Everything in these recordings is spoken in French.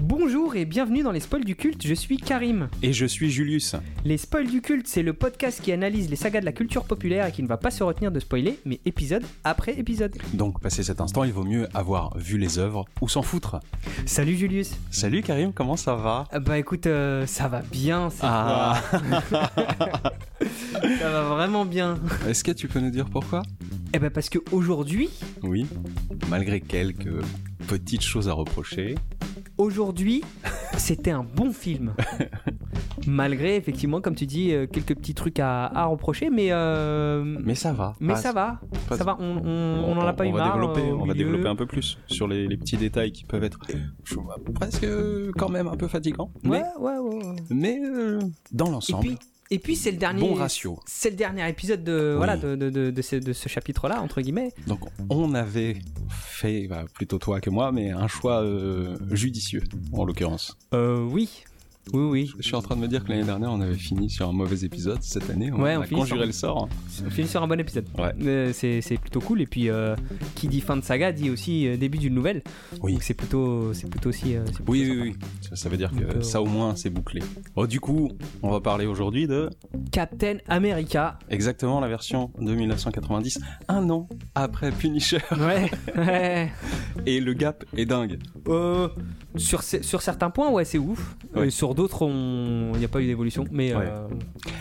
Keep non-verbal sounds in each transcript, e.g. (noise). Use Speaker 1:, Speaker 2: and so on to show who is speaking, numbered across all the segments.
Speaker 1: Bonjour et bienvenue dans les spoils du culte, je suis Karim.
Speaker 2: Et je suis Julius.
Speaker 1: Les spoils du culte, c'est le podcast qui analyse les sagas de la culture populaire et qui ne va pas se retenir de spoiler, mais épisode après épisode.
Speaker 2: Donc, passé cet instant, il vaut mieux avoir vu les œuvres ou s'en foutre.
Speaker 1: Salut Julius.
Speaker 2: Salut Karim, comment ça va
Speaker 1: Ah Bah écoute, euh, ça va bien, c'est
Speaker 2: Ah.
Speaker 1: ça va vraiment bien.
Speaker 2: Est-ce que tu peux nous dire pourquoi
Speaker 1: Eh ben parce que aujourd'hui,
Speaker 2: Oui. Malgré quelques petites choses à reprocher.
Speaker 1: aujourd'hui, c'était un bon film. Malgré effectivement, comme tu dis, euh, quelques petits trucs à, à reprocher, mais euh,
Speaker 2: Mais ça va.
Speaker 1: mais
Speaker 2: Pas-
Speaker 1: ça va,
Speaker 2: pas-
Speaker 1: ça va, on, on, on en a pas eu
Speaker 2: va
Speaker 1: marre.
Speaker 2: développer,
Speaker 1: euh, au
Speaker 2: on va
Speaker 1: milieu.
Speaker 2: développer un peu plus sur les, les petits détails qui peuvent être je vois, presque euh, quand même un peu fatigants.
Speaker 1: Ouais,
Speaker 2: Mais,
Speaker 1: ouais, ouais, ouais.
Speaker 2: mais euh, dans
Speaker 1: Et
Speaker 2: l'ensemble,
Speaker 1: puis, et puis c'est le dernier.
Speaker 2: bon ratio.
Speaker 1: c'est le dernier épisode de,
Speaker 2: Oui.
Speaker 1: voilà, de, de, de, de ce, de ce chapitre-là, entre guillemets.
Speaker 2: Donc on avait fait, bah, plutôt toi que moi, mais un choix euh, judicieux en l'occurrence.
Speaker 1: Euh, oui. Oui, oui.
Speaker 2: Je suis en train de me dire que l'année dernière on avait fini sur un mauvais épisode, cette année on,
Speaker 1: Ouais, on
Speaker 2: a
Speaker 1: finit
Speaker 2: conjuré
Speaker 1: sur-
Speaker 2: le sort.
Speaker 1: On finit sur un bon épisode.
Speaker 2: Ouais.
Speaker 1: Euh, c'est c'est plutôt cool. Et puis, euh, qui dit fin de saga dit aussi euh, début d'une nouvelle.
Speaker 2: Oui.
Speaker 1: Donc, c'est plutôt, c'est plutôt aussi. euh, c'est plutôt
Speaker 2: Oui,
Speaker 1: sympa.
Speaker 2: oui, oui, ça, ça veut dire
Speaker 1: Donc,
Speaker 2: que
Speaker 1: euh,
Speaker 2: ça au moins c'est bouclé. Oh, du coup, on va parler aujourd'hui de
Speaker 1: Captain
Speaker 2: (laughs)
Speaker 1: America.
Speaker 2: exactement la version de 1990, un an après Punisher. (laughs)
Speaker 1: Ouais. ouais.
Speaker 2: Et le gap est dingue.
Speaker 1: Euh, sur, ce- sur certains points, ouais, c'est ouf.
Speaker 2: Ouais.
Speaker 1: Et sur d'autres, on- il n'y a pas eu d'évolution. Mais
Speaker 2: Ouais.
Speaker 1: euh,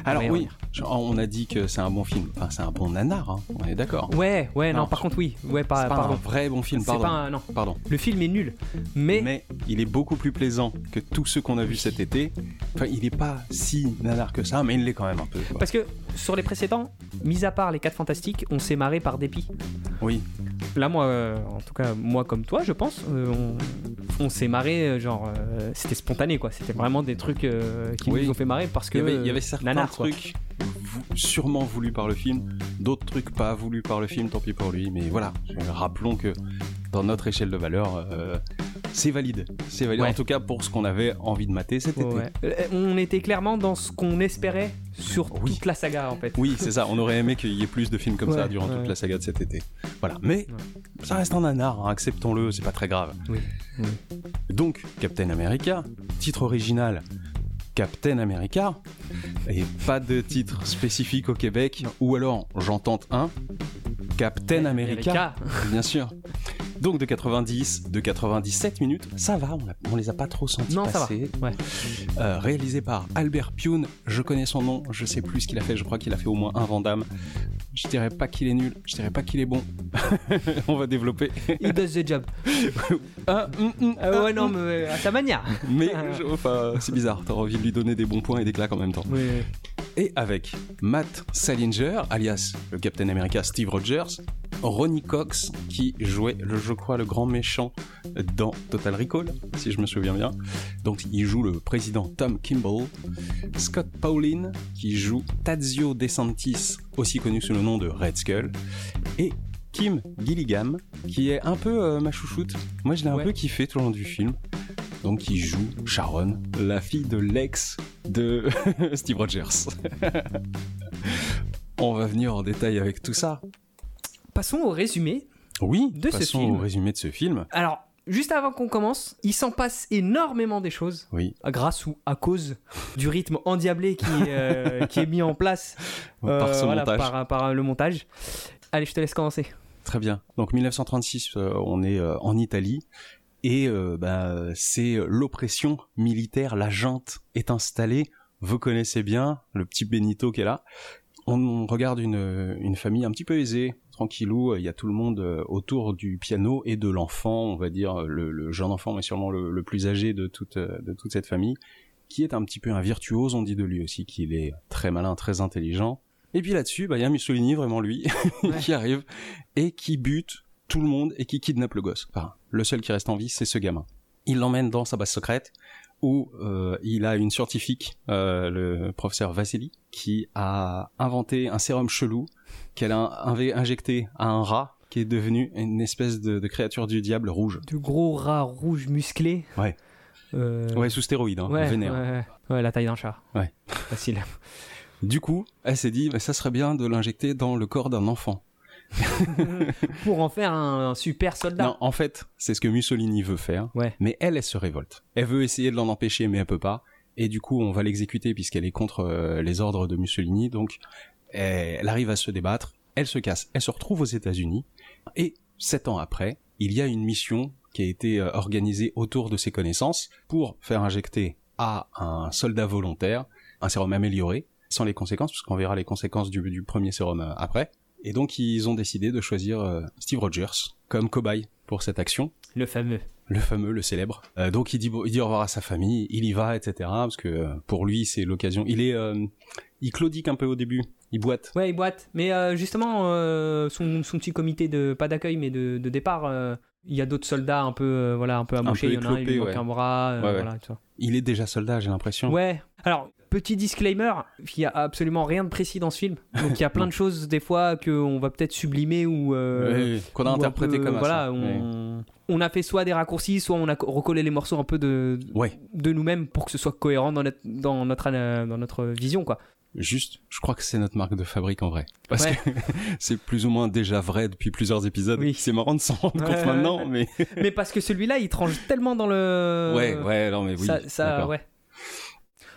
Speaker 2: Alors
Speaker 1: Ouais,
Speaker 2: oui, genre, on a dit que c'est un bon film, enfin c'est un bon nanar, hein, on est d'accord.
Speaker 1: ouais, ouais, non,
Speaker 2: Non,
Speaker 1: par contre, oui. Ouais,
Speaker 2: C'est
Speaker 1: par-
Speaker 2: pas un
Speaker 1: pardon.
Speaker 2: vrai bon film,
Speaker 1: C'est
Speaker 2: pardon.
Speaker 1: pas un- non,
Speaker 2: Pardon.
Speaker 1: le film est nul. Mais,
Speaker 2: mais il est beaucoup plus plaisant que tous ceux qu'on a vus cet été. Enfin, il n'est pas si nanar que ça, mais il l'est quand même un peu. quoi.
Speaker 1: Parce que sur les précédents, mis à part les 4 fantastiques, on s'est marré par dépit.
Speaker 2: Oui,
Speaker 1: Là, moi, euh, en tout cas, moi comme toi, je pense, euh, on, on s'est marré, euh, genre, euh, c'était spontané quoi. C'était vraiment des trucs euh, qui
Speaker 2: Oui.
Speaker 1: nous ont fait marrer parce que.
Speaker 2: il y avait, il y avait
Speaker 1: euh,
Speaker 2: certains
Speaker 1: nanar, quoi.
Speaker 2: trucs vou- sûrement voulus par le film, d'autres trucs pas voulus par le film, tant pis pour lui. Mais voilà, rappelons que dans notre échelle de valeur, euh, c'est valide. C'est valide,
Speaker 1: Ouais.
Speaker 2: en tout cas pour ce qu'on avait envie de mater cet
Speaker 1: Ouais,
Speaker 2: été.
Speaker 1: ouais. Euh, On était clairement dans ce qu'on espérait sur
Speaker 2: Oui.
Speaker 1: toute la saga en fait.
Speaker 2: Oui, c'est ça, on aurait aimé qu'il y ait plus de films comme ça
Speaker 1: Ouais,
Speaker 2: durant
Speaker 1: ouais.
Speaker 2: toute la saga de cet été. Voilà, mais ça reste un nanar, hein, acceptons-le, c'est pas très grave.
Speaker 1: Oui, oui.
Speaker 2: Donc, Captain America, titre original Captain America, et pas de titre spécifique au Québec, ou alors j'en tente un, Captain America, bien sûr. Donc de 90, de 97 minutes, ça va, on, a- on les a pas trop sentis
Speaker 1: Non, ça va.
Speaker 2: passer.
Speaker 1: Ouais.
Speaker 2: Euh, réalisé par Albert Pune, je connais son nom, je sais plus ce qu'il a fait, je crois qu'il a fait au moins un Vandame. Je dirais pas qu'il est nul, je dirais pas qu'il est bon. (laughs) on va développer.
Speaker 1: He does the job.
Speaker 2: Ah, mm, mm,
Speaker 1: Euh,
Speaker 2: ah,
Speaker 1: ouais, non,
Speaker 2: mm.
Speaker 1: mais euh, à sa manière.
Speaker 2: Mais je- enfin, c'est bizarre, t'as envie de lui donner des bons points et des claques en même temps.
Speaker 1: Oui, oui.
Speaker 2: Et avec Matt Salinger, alias le Captain America Steve Rogers, Ronnie Cox, qui jouait, le, je crois, le grand méchant dans Total Recall, si je me souviens bien. Donc il joue le président Tom Kimball, Scott Paulin, qui joue Tazio DeSantis, aussi connu sous le nom de Red Skull, et Kim Gilligan, qui est un peu euh, ma chouchoute. Moi, je l'ai
Speaker 1: Ouais.
Speaker 2: un peu kiffé tout le long du film. Donc, qui joue Sharon, la fille de l'ex de (laughs) Steve Rogers. On va venir en détail avec tout ça.
Speaker 1: Passons au résumé.
Speaker 2: Oui,
Speaker 1: De ce
Speaker 2: passons
Speaker 1: film.
Speaker 2: au résumé de ce film.
Speaker 1: Alors, juste avant qu'on commence, il s'en passe énormément des choses. Ah,
Speaker 2: Oui.
Speaker 1: grâce ou à cause du rythme endiablé qui, euh, qui est mis en place
Speaker 2: (laughs) par
Speaker 1: euh,
Speaker 2: ce
Speaker 1: voilà,
Speaker 2: montage.
Speaker 1: par- par le montage. Allez, je te laisse commencer.
Speaker 2: Très bien. Donc 1936, euh, on est euh, en Italie et euh, bah, c'est l'oppression militaire, la junte est installée. Vous connaissez bien le petit Benito qui est là. On, on regarde une, une famille un petit peu aisée, tranquillou. euh, Il y a tout le monde euh, autour du piano et de l'enfant, on va dire euh, le, le jeune enfant, mais sûrement le, le plus âgé de toute, euh, de toute cette famille, qui est un petit peu un virtuose. On dit de lui aussi qu'il est très malin, très intelligent. Et puis là-dessus, bah, il y a Mussolini, vraiment lui, (laughs)
Speaker 1: Ouais.
Speaker 2: qui arrive et qui bute tout le monde et qui kidnappe le gosse. Enfin, le seul qui reste en vie, c'est ce gamin. Il l'emmène dans sa base secrète où euh, il a une scientifique, euh, le professeur Vassili, qui a inventé un sérum chelou qu'elle a inv- injecté à un rat qui est devenu une espèce de, de créature du diable rouge.
Speaker 1: Du gros rat rouge musclé.
Speaker 2: Ouais.
Speaker 1: Euh,
Speaker 2: Ouais, sous stéroïde, hein,
Speaker 1: ouais,
Speaker 2: vénère.
Speaker 1: ouais, ouais. Ouais, la taille d'un chat.
Speaker 2: Ouais.
Speaker 1: Facile.
Speaker 2: Du coup, elle s'est dit, bah, ça serait bien de l'injecter dans le corps d'un enfant.
Speaker 1: pour en faire un, un super soldat.
Speaker 2: Non, en fait, c'est ce que Mussolini veut faire.
Speaker 1: Ouais.
Speaker 2: Mais elle, elle se révolte. Elle veut essayer de l'en empêcher, mais elle peut pas. Et du coup, on va l'exécuter puisqu'elle est contre euh, les ordres de Mussolini. Donc, elle, elle arrive à se débattre. Elle se casse. Elle se retrouve aux États-Unis. Et sept ans après, il y a une mission qui a été euh, organisée autour de ses connaissances pour faire injecter à un soldat volontaire un sérum amélioré, sans les conséquences, parce qu'on verra les conséquences du, du premier sérum euh, après. Et donc, ils ont décidé de choisir euh, Steve Rogers comme cobaye pour cette action
Speaker 1: Le fameux.
Speaker 2: le fameux, le célèbre. Euh, donc il dit, bon- il dit au revoir à sa famille, il y va, etc. Parce que euh, pour lui, c'est l'occasion. Il est, euh, il claudique un peu au début, il boite.
Speaker 1: Ouais, il boite. Mais euh, justement, euh, son, son petit comité de pas d'accueil, mais de, de départ, euh, il y a d'autres soldats un peu, euh, voilà, un peu amochés.
Speaker 2: peu
Speaker 1: il y en a un, il lui
Speaker 2: éclopés,
Speaker 1: manque
Speaker 2: ouais.
Speaker 1: un bras. euh,
Speaker 2: Ouais, ouais.
Speaker 1: voilà, tu vois.
Speaker 2: Il est déjà soldat, j'ai l'impression.
Speaker 1: Ouais. Alors, petit disclaimer, il n'y a absolument rien de précis dans ce film. Donc, il
Speaker 2: (laughs)
Speaker 1: y a plein de choses, des fois, qu'on va peut-être sublimer ou. euh,
Speaker 2: Ouais, qu'on a
Speaker 1: ou un
Speaker 2: interprété
Speaker 1: peu-
Speaker 2: comme
Speaker 1: voilà,
Speaker 2: ça. Ouais.
Speaker 1: on, on a fait soit des raccourcis, soit on a co- recollé les morceaux un peu de,
Speaker 2: Ouais,
Speaker 1: de nous-mêmes pour que ce soit cohérent dans notre, dans notre, euh, dans notre vision, quoi.
Speaker 2: juste, je crois que c'est notre marque de fabrique en vrai. Parce
Speaker 1: Ouais.
Speaker 2: que (laughs) c'est plus ou moins déjà vrai depuis plusieurs épisodes.
Speaker 1: Oui.
Speaker 2: C'est marrant de s'en rendre
Speaker 1: Ouais,
Speaker 2: compte
Speaker 1: ouais,
Speaker 2: maintenant,
Speaker 1: ouais.
Speaker 2: mais.
Speaker 1: mais parce que celui-là, il tranche tellement dans le.
Speaker 2: ouais, ouais, non, mais oui.
Speaker 1: Euh, ça, ça,
Speaker 2: d'accord.
Speaker 1: ouais.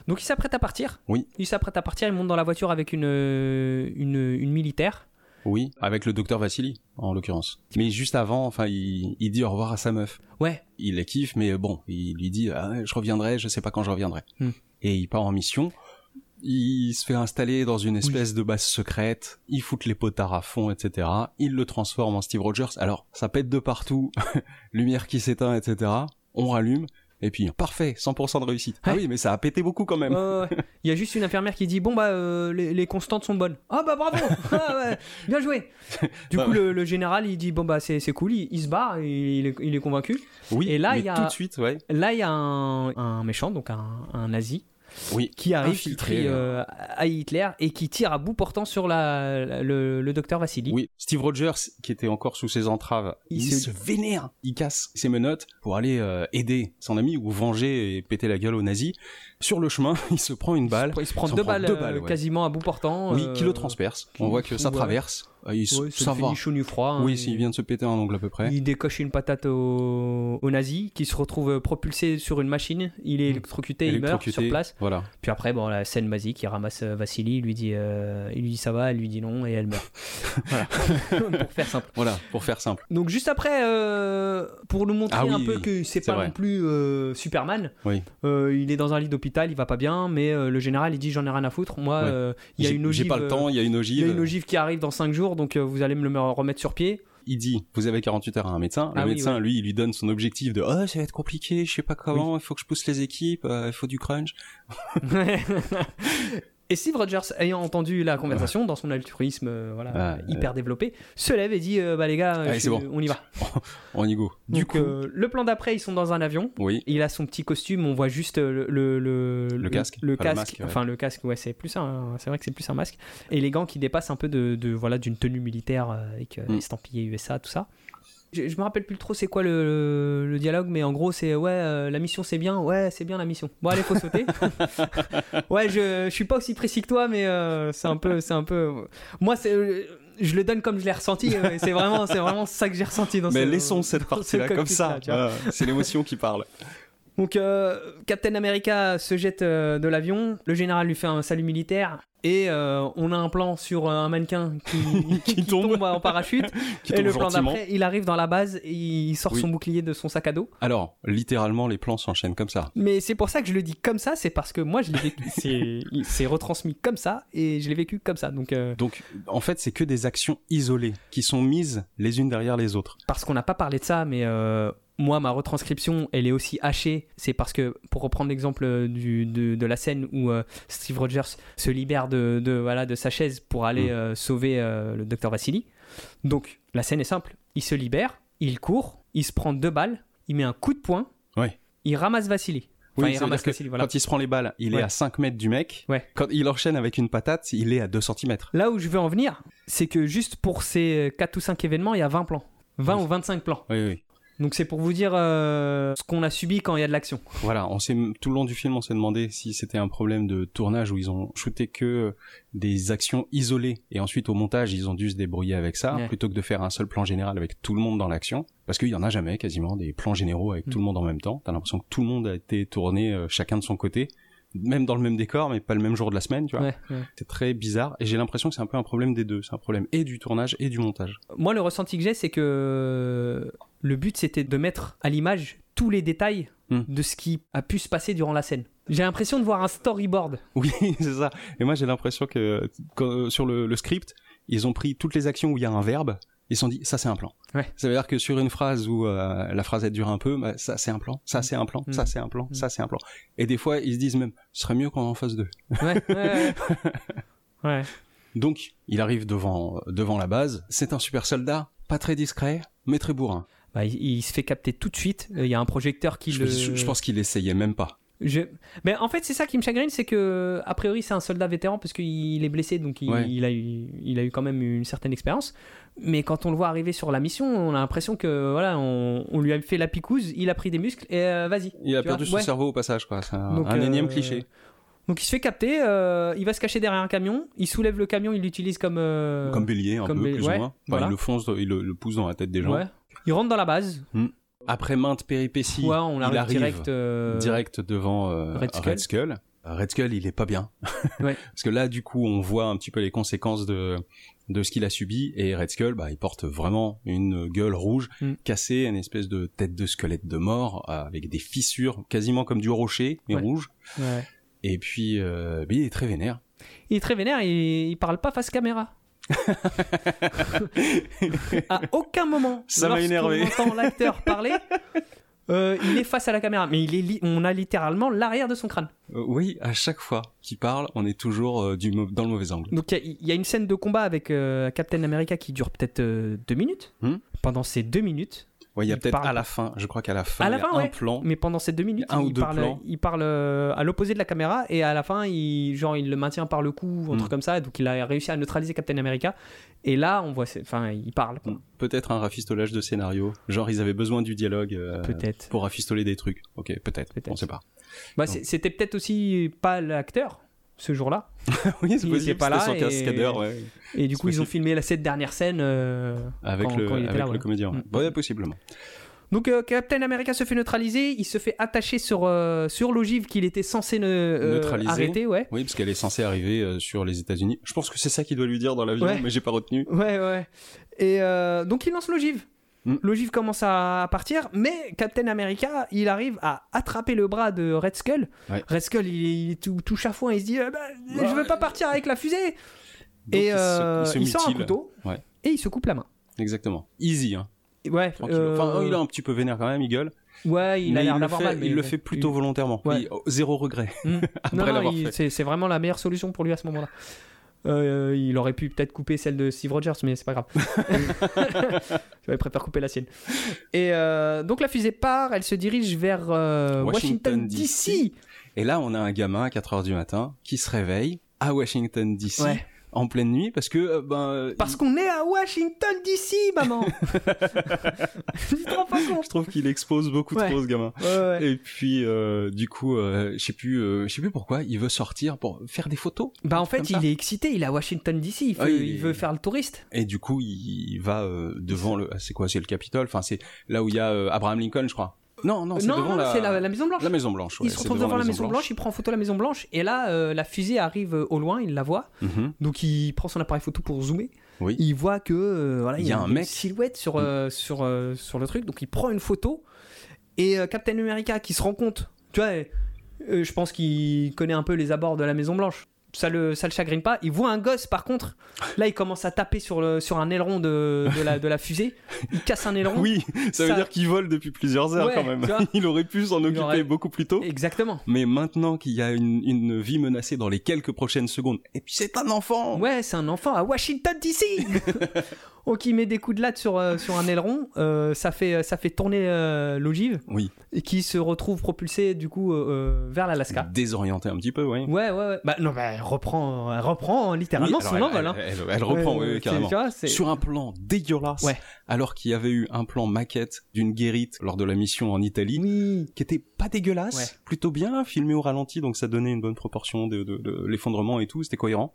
Speaker 1: Donc il s'apprête à partir.
Speaker 2: Oui.
Speaker 1: Il s'apprête à partir. Il monte dans la voiture avec une euh, une, une militaire.
Speaker 2: Oui, avec le docteur Vassili, en l'occurrence. Mais juste avant, enfin, il- il dit au revoir à sa meuf.
Speaker 1: Ouais.
Speaker 2: il la kiffe, mais bon, il lui dit Ah, je reviendrai, je sais pas quand je reviendrai.
Speaker 1: Hmm.
Speaker 2: Et il part en mission. Il se fait installer dans une espèce de base secrète. Il fout les potards à fond, etc. Il le transforme en Steve Rogers. Alors, ça pète de partout, (laughs) lumière qui s'éteint, etc. On rallume. Et puis, parfait, 100% de réussite. Ah
Speaker 1: Ouais.
Speaker 2: oui, mais ça a pété beaucoup quand même.
Speaker 1: Ouais, ouais, ouais. Il y a juste une infirmière qui dit bon bah euh, les, les constantes sont bonnes. Ah bah
Speaker 2: (laughs)
Speaker 1: bravo. Ah, ouais. Bien joué. Du
Speaker 2: Ouais,
Speaker 1: coup
Speaker 2: Bah ouais.
Speaker 1: le, le général il dit bon bah c'est c'est cool. Il, il se barre. Il, est, il est convaincu.
Speaker 2: Oui,
Speaker 1: et là,
Speaker 2: mais
Speaker 1: il y a-
Speaker 2: tout de suite, ouais.
Speaker 1: Là il y a un, un méchant donc un, un nazi
Speaker 2: Oui.
Speaker 1: qui arrive
Speaker 2: Infiltré,
Speaker 1: qui crie, euh, à Hitler et qui tire à bout portant sur la, la- le, le docteur Vassili.
Speaker 2: Oui, Steve Rogers, qui était encore sous ses entraves, il,
Speaker 1: Il
Speaker 2: se...
Speaker 1: se-
Speaker 2: vénère, il casse ses menottes pour aller euh, aider son ami ou venger et péter la gueule aux nazis. Sur le chemin, (laughs) il se prend une balle,
Speaker 1: Il se prend
Speaker 2: Il s'en
Speaker 1: deux
Speaker 2: prend
Speaker 1: balles,
Speaker 2: deux
Speaker 1: euh,
Speaker 2: balles, ouais.
Speaker 1: quasiment à bout portant.
Speaker 2: oui,
Speaker 1: euh,
Speaker 2: qui le transperce.
Speaker 1: qui-
Speaker 2: On voit que ça
Speaker 1: ouais.
Speaker 2: traverse. Euh, Il se...
Speaker 1: Ouais, ça
Speaker 2: ça
Speaker 1: lui fait
Speaker 2: va.
Speaker 1: ni chaud ni froid. hein,
Speaker 2: Oui,
Speaker 1: il-
Speaker 2: s'il vient de se péter un ongle à peu près.
Speaker 1: Il décoche une patate au, au nazi qui se retrouve euh, propulsé sur une machine. Il est
Speaker 2: Mm.
Speaker 1: électrocuté, il meurt
Speaker 2: Électrocuté,
Speaker 1: sur place.
Speaker 2: Voilà.
Speaker 1: Puis après, bon, la scène basique, il ramasse euh, Vassili, il lui dit, euh, il lui dit ça va, elle lui dit non et elle
Speaker 2: (laughs)
Speaker 1: meurt. voilà, (laughs) pour faire simple.
Speaker 2: Voilà, pour faire simple.
Speaker 1: Donc juste après, euh, pour nous montrer
Speaker 2: Ah oui,
Speaker 1: un peu
Speaker 2: oui,
Speaker 1: que c'est
Speaker 2: c'est
Speaker 1: pas
Speaker 2: vrai.
Speaker 1: non plus euh, Superman.
Speaker 2: Oui.
Speaker 1: euh, il est dans un lit d'hôpital, il va pas bien, mais euh, le général il dit j'en ai rien à foutre. Moi,
Speaker 2: Ouais.
Speaker 1: euh, il y a
Speaker 2: J'ai-
Speaker 1: une ogive.
Speaker 2: J'ai pas le
Speaker 1: euh,
Speaker 2: temps, il y a une ogive.
Speaker 1: Il y a une ogive qui arrive dans 5 jours, donc euh, vous allez me le remettre sur pied.
Speaker 2: il dit vous avez 48 heures à un médecin le
Speaker 1: Ah oui,
Speaker 2: médecin lui il lui donne son objectif de oh ça va être compliqué je sais pas comment il faut que je pousse les équipes euh, il faut du crunch
Speaker 1: et Steve Rogers, ayant entendu la conversation dans son altruisme euh, voilà,
Speaker 2: Ah,
Speaker 1: hyper développé, se lève et dit euh, Bah les gars,
Speaker 2: Allez,
Speaker 1: je-
Speaker 2: c'est bon.
Speaker 1: on y va.
Speaker 2: on y go du
Speaker 1: Donc,
Speaker 2: coup
Speaker 1: euh, le plan d'après, ils sont dans un avion.
Speaker 2: oui
Speaker 1: Il a son petit costume, on voit juste euh, le, le,
Speaker 2: Le casque,
Speaker 1: le
Speaker 2: enfin, le
Speaker 1: casque,
Speaker 2: masque, ouais.
Speaker 1: enfin le casque, ouais, c'est plus un, c'est vrai que c'est plus un masque, et les gants qui dépassent un peu de, de- voilà d'une tenue militaire euh, avec euh,
Speaker 2: Mm.
Speaker 1: estampillé USA, tout ça. Je, je me rappelle plus trop c'est quoi le, le dialogue, mais en gros c'est ouais euh, la mission c'est bien, ouais c'est bien la mission. Bon allez faut sauter.
Speaker 2: (laughs)
Speaker 1: ouais je, je suis pas aussi précis que toi, mais euh, c'est un peu, c'est un peu. Moi c'est, euh, je le donne comme je l'ai ressenti, euh, et c'est vraiment, c'est vraiment ça que j'ai ressenti dans.
Speaker 2: mais
Speaker 1: ce-
Speaker 2: laissons cette
Speaker 1: dans ce
Speaker 2: partie-là comme
Speaker 1: cockpit-là,
Speaker 2: ça.
Speaker 1: tu vois.
Speaker 2: Voilà, c'est l'émotion qui parle.
Speaker 1: Donc euh, Captain America se jette euh, de l'avion, le général lui fait un salut militaire et euh, on a un plan sur un mannequin (laughs) qui,
Speaker 2: Qui tombe.
Speaker 1: en (laughs) parachute
Speaker 2: Qui
Speaker 1: et
Speaker 2: tombe
Speaker 1: le plan
Speaker 2: gentiment.
Speaker 1: d'après il arrive dans la base et il sort
Speaker 2: Oui.
Speaker 1: son bouclier de son sac à dos.
Speaker 2: Alors, littéralement, les plans s'enchaînent comme ça.
Speaker 1: Mais c'est pour ça que je le dis comme ça, c'est parce que moi je l'ai vécu, (laughs) c'est- c'est retransmis comme ça et je l'ai vécu comme ça. Donc euh,
Speaker 2: Donc, en fait, c'est que des actions isolées qui sont mises les unes derrière les autres.
Speaker 1: parce qu'on n'a pas parlé de ça, mais euh, moi, ma retranscription, elle est aussi hachée. C'est parce que, pour reprendre l'exemple euh, du- de, de la scène où euh, Steve Rogers se libère de, de- voilà, de sa chaise pour aller
Speaker 2: Mm.
Speaker 1: euh, sauver euh, le docteur Vassili. Donc, la scène est simple. Il se libère, il court, il se prend deux balles, il met un coup de poing,
Speaker 2: Ouais.
Speaker 1: il ramasse Vassili. Enfin,
Speaker 2: Oui,
Speaker 1: il
Speaker 2: ça veut
Speaker 1: ramasse
Speaker 2: dire que
Speaker 1: Vassili, voilà.
Speaker 2: Quand il se prend les balles, il est
Speaker 1: Ouais.
Speaker 2: à 5 mètres du mec.
Speaker 1: Ouais.
Speaker 2: Quand il enchaîne avec une patate, il est à 2 cm.
Speaker 1: Là où je veux en venir, c'est que juste pour ces 4 ou 5 événements, il y a 20 plans. 20
Speaker 2: Oui.
Speaker 1: ou 25 plans.
Speaker 2: Oui, oui.
Speaker 1: Donc c'est pour vous dire euh, ce qu'on a subi quand il y a de l'action.
Speaker 2: Voilà, on s'est tout le long du film, on s'est demandé si c'était un problème de tournage où ils ont shooté que des actions isolées et ensuite au montage ils ont dû se débrouiller avec ça
Speaker 1: Ouais.
Speaker 2: plutôt que de faire un seul plan général avec tout le monde dans l'action parce qu'il y en a jamais quasiment des plans généraux avec
Speaker 1: Mm.
Speaker 2: tout le monde en même temps. T'as l'impression que tout le monde a été tourné euh, chacun de son côté, même dans le même décor mais pas le même jour de la semaine, tu vois.
Speaker 1: Ouais, ouais.
Speaker 2: C'est très bizarre et j'ai l'impression que c'est un peu un problème des deux, c'est un problème et du tournage et du montage.
Speaker 1: Moi, le ressenti que j'ai, c'est que le but, c'était de mettre à l'image tous les détails
Speaker 2: Hmm.
Speaker 1: de ce qui a pu se passer durant la scène. J'ai l'impression de voir un storyboard.
Speaker 2: Oui, (laughs) c'est ça. Et moi, j'ai l'impression que quand- euh, sur le, le script, ils ont pris toutes les actions où il y a un verbe. Ils se sont dit, ça c'est un plan.
Speaker 1: Ouais.
Speaker 2: Ça veut dire que sur une phrase où euh, la phrase elle dure un peu, bah, ça c'est un plan, ça c'est un plan,
Speaker 1: Mm.
Speaker 2: ça c'est un plan,
Speaker 1: Mm.
Speaker 2: ça c'est un plan. Et des fois ils se disent même, ce serait mieux qu'on en fasse deux.
Speaker 1: Ouais, ouais, ouais.
Speaker 2: (laughs)
Speaker 1: Ouais.
Speaker 2: Donc il arrive devant euh, devant la base, c'est un super soldat, pas très discret, mais très bourrin.
Speaker 1: Bah, il, il se fait capter tout de suite. Euh, Il y a un projecteur qui
Speaker 2: Je,
Speaker 1: le.
Speaker 2: je- je pense qu'il essayait même pas.
Speaker 1: Je... Mais en fait, c'est ça qui me chagrine, c'est que a priori c'est un soldat vétéran parce qu'il est blessé, donc il,
Speaker 2: Ouais.
Speaker 1: il a eu, il a eu quand même une certaine expérience. Mais quand on le voit arriver sur la mission, on a l'impression que voilà, on, on lui a fait la picouse, il a pris des muscles et euh, vas-y.
Speaker 2: Il a
Speaker 1: Tu
Speaker 2: perdu
Speaker 1: vois,
Speaker 2: son
Speaker 1: ouais.
Speaker 2: cerveau au passage, quoi. C'est un,
Speaker 1: Donc,
Speaker 2: un
Speaker 1: euh,
Speaker 2: énième cliché.
Speaker 1: Donc il se fait capter, euh, il va se cacher derrière un camion, il soulève le camion, il l'utilise comme euh,
Speaker 2: Comme bélier un
Speaker 1: comme
Speaker 2: peu
Speaker 1: Bélier,
Speaker 2: plus
Speaker 1: ouais,
Speaker 2: ou moins. Enfin,
Speaker 1: voilà.
Speaker 2: Il le fonce, il le, le pousse dans la tête des gens.
Speaker 1: ouais. Il rentre dans la base.
Speaker 2: Après maintes péripéties,
Speaker 1: ouais, on arrive,
Speaker 2: arrive.
Speaker 1: direct. euh,
Speaker 2: direct devant euh,
Speaker 1: Red Skull.
Speaker 2: Red, Skull. Red Skull. il est pas bien. (laughs)
Speaker 1: Ouais.
Speaker 2: Parce que là, du coup, on voit un petit peu les conséquences de de ce qu'il a subi et Red Skull, bah, il porte vraiment une gueule rouge
Speaker 1: Mm.
Speaker 2: cassée, une espèce de tête de squelette de mort euh, avec des fissures quasiment comme du rocher mais
Speaker 1: Ouais.
Speaker 2: rouge.
Speaker 1: ouais.
Speaker 2: Et puis, euh, bah, il est très vénère.
Speaker 1: Il est très vénère, il, il parle pas face
Speaker 2: (laughs)
Speaker 1: caméra. à aucun moment,
Speaker 2: Ça m'a
Speaker 1: lorsqu'on
Speaker 2: énervé.
Speaker 1: entend l'acteur parler, euh, il est face à la caméra, mais il est li- on a littéralement l'arrière de son crâne.
Speaker 2: Euh, oui, à chaque fois qu'il parle, on est toujours euh, du mau- dans le mauvais angle.
Speaker 1: Donc il y a- il y, a une scène de combat avec euh, Captain America qui dure peut-être euh, deux minutes.
Speaker 2: Hmm.
Speaker 1: Pendant ces deux minutes,
Speaker 2: Ouais, il y a
Speaker 1: Il
Speaker 2: peut-être
Speaker 1: parle
Speaker 2: à la fin, je crois qu'à la fin,
Speaker 1: À la
Speaker 2: il y a
Speaker 1: fin,
Speaker 2: un
Speaker 1: ouais.
Speaker 2: plan.
Speaker 1: mais pendant ces deux minutes,
Speaker 2: Un ou
Speaker 1: il,
Speaker 2: deux
Speaker 1: parle,
Speaker 2: plans.
Speaker 1: il parle euh, à l'opposé de la caméra et à la fin, il, genre, il le maintient par le cou, un
Speaker 2: Hmm.
Speaker 1: truc comme ça. Donc il a réussi à neutraliser Captain America. Et là, on voit, c'est- enfin, il parle,
Speaker 2: Hmm.
Speaker 1: quoi.
Speaker 2: Peut-être un rafistolage de scénario. Genre, ils avaient besoin du dialogue. euh,
Speaker 1: peut-être.
Speaker 2: pour rafistoler des trucs. Ok, peut-être.
Speaker 1: Peut-être.
Speaker 2: on
Speaker 1: (laughs)
Speaker 2: sait pas.
Speaker 1: Bah,
Speaker 2: Non.
Speaker 1: c'est- c'était peut-être aussi pas l'acteur ce jour-là.
Speaker 2: oui,
Speaker 1: Il était pas
Speaker 2: c'était
Speaker 1: là
Speaker 2: son
Speaker 1: et-
Speaker 2: cascadeur, ouais.
Speaker 1: Et du
Speaker 2: C'est
Speaker 1: coup, ils ont
Speaker 2: possible.
Speaker 1: filmé la cette dernière scène. euh.
Speaker 2: Avec
Speaker 1: Quand-
Speaker 2: le,
Speaker 1: quand il était
Speaker 2: avec
Speaker 1: là,
Speaker 2: le
Speaker 1: ouais.
Speaker 2: comédien. ouais.
Speaker 1: Mm.
Speaker 2: Bah, ouais, possiblement.
Speaker 1: Donc, euh, Captain America se fait neutraliser. Il se fait attacher sur, euh, sur l'ogive qu'il était censé ne, euh,
Speaker 2: Neutraliser.
Speaker 1: arrêter. Ouais.
Speaker 2: Oui, parce qu'elle est censée arriver euh, sur les États-Unis. Je pense que c'est ça qu'il doit lui dire dans l'avion,
Speaker 1: Ouais.
Speaker 2: mais j'ai pas retenu.
Speaker 1: Ouais, ouais. Et euh, donc, il lance l'ogive.
Speaker 2: Mm.
Speaker 1: L'ogive commence à partir, mais Captain America, il arrive à attraper le bras de Red Skull.
Speaker 2: Ouais.
Speaker 1: Red Skull, il, est- il est tout, tout chafouin. Il se dit euh, bah, Je veux pas partir avec la fusée.
Speaker 2: Donc,
Speaker 1: et
Speaker 2: il se-
Speaker 1: euh,
Speaker 2: il se
Speaker 1: il sort un
Speaker 2: mutile.
Speaker 1: couteau
Speaker 2: Ouais.
Speaker 1: et il se coupe la main.
Speaker 2: Exactement. Easy, hein.
Speaker 1: Ouais,
Speaker 2: Tranquille.
Speaker 1: euh,
Speaker 2: Enfin, oh, il est un petit peu vénère quand même, il gueule.
Speaker 1: Ouais, il
Speaker 2: mais
Speaker 1: a l'air
Speaker 2: il, le
Speaker 1: d'avoir
Speaker 2: fait,
Speaker 1: mal. mais
Speaker 2: il le
Speaker 1: bon,
Speaker 2: fait plutôt volontairement.
Speaker 1: Ouais.
Speaker 2: Il- oh, zéro regret.
Speaker 1: Mm.
Speaker 2: Après
Speaker 1: Non, non,
Speaker 2: l'avoir
Speaker 1: il-
Speaker 2: fait.
Speaker 1: c'est c'est vraiment la meilleure solution pour lui à ce moment-là. Euh, il aurait pu peut-être couper celle de Steve Rogers, mais c'est pas grave.
Speaker 2: (laughs)
Speaker 1: il préfère couper la sienne. Et euh, donc la fusée part, elle se dirige vers euh, Washington,
Speaker 2: Washington,
Speaker 1: DC.
Speaker 2: Et là, on a un gamin à 4 heures du matin qui se réveille à Washington DC
Speaker 1: Ouais.
Speaker 2: en pleine nuit parce que, euh, ben, euh,
Speaker 1: Parce qu'on est à Washington DC,
Speaker 2: (laughs)
Speaker 1: maman. Tu te rends pas
Speaker 2: je
Speaker 1: compte.
Speaker 2: trouve qu'il expose beaucoup
Speaker 1: Ouais.
Speaker 2: trop ce gamin.
Speaker 1: Ouais, ouais.
Speaker 2: Et puis, euh, du coup, euh, je sais plus, euh, je sais plus pourquoi, il veut sortir pour faire des photos.
Speaker 1: Bah en
Speaker 2: Comme
Speaker 1: fait,
Speaker 2: ça.
Speaker 1: il est excité, il est à Washington DC, il, fait-
Speaker 2: Ouais, il
Speaker 1: il
Speaker 2: est-
Speaker 1: veut faire le touriste.
Speaker 2: Et du coup, il, il va euh, devant le, c'est quoi, c'est le Capitole, enfin c'est là où il y a euh, Abraham Lincoln, je crois. Non, non, c'est
Speaker 1: non,
Speaker 2: devant
Speaker 1: non,
Speaker 2: la,
Speaker 1: c'est la, la Maison Blanche.
Speaker 2: la Maison Blanche.
Speaker 1: il se retrouve devant, la Maison Blanche. il prend en photo la Maison Blanche, et là, euh, la fusée arrive euh, au loin, il la voit,
Speaker 2: Mhm.
Speaker 1: donc il prend son appareil photo pour zoomer.
Speaker 2: Oui.
Speaker 1: Il voit que euh, voilà, il y a,
Speaker 2: un
Speaker 1: une
Speaker 2: mec. Mm.
Speaker 1: silhouette sur, euh, sur, euh, sur le truc, donc il prend une photo, et euh, Captain America qui se rend compte, tu vois, euh, je pense qu'il connaît un peu les abords de la Maison Blanche. Ça le, ça le chagrine pas. Il voit un gosse par contre. Là, il commence à taper sur, le, sur un aileron de, de la, de la fusée. Il casse un aileron.
Speaker 2: Oui, ça veut
Speaker 1: Ça-
Speaker 2: dire qu'il vole depuis plusieurs heures
Speaker 1: Ouais,
Speaker 2: quand même.
Speaker 1: tu vois.
Speaker 2: (laughs) Il aurait pu s'en occuper
Speaker 1: aurait-
Speaker 2: beaucoup plus tôt.
Speaker 1: Exactement.
Speaker 2: Mais maintenant qu'il y a une, une vie menacée Oh. dans les quelques prochaines secondes, et puis c'est un enfant. (laughs)
Speaker 1: Ouais, c'est un enfant à Washington DC. on qui met des coups de latte sur, euh, sur un aileron, euh, ça, fait, ça fait tourner euh, l'ogive
Speaker 2: Oui.
Speaker 1: et qui se retrouve propulsée du coup euh, vers l'Alaska.
Speaker 2: Désorienté un petit peu, oui.
Speaker 1: Ouais, ouais, ouais. Bah, non, bah, elle reprend, elle reprend littéralement
Speaker 2: Oui, alors
Speaker 1: son
Speaker 2: elle-
Speaker 1: envol.
Speaker 2: elle,
Speaker 1: hein.
Speaker 2: elle- elle reprend, oui,
Speaker 1: Euh,
Speaker 2: oui,
Speaker 1: c'est-
Speaker 2: carrément.
Speaker 1: tu vois, c'est-
Speaker 2: Sur un plan dégueulasse,
Speaker 1: Ouais.
Speaker 2: alors qu'il y avait eu un plan maquette d'une guérite lors de la mission en Italie,
Speaker 1: Oui.
Speaker 2: qui était pas dégueulasse,
Speaker 1: Ouais.
Speaker 2: plutôt bien, filmé au ralenti, donc ça donnait une bonne proportion de, de- de l'effondrement et tout, c'était cohérent.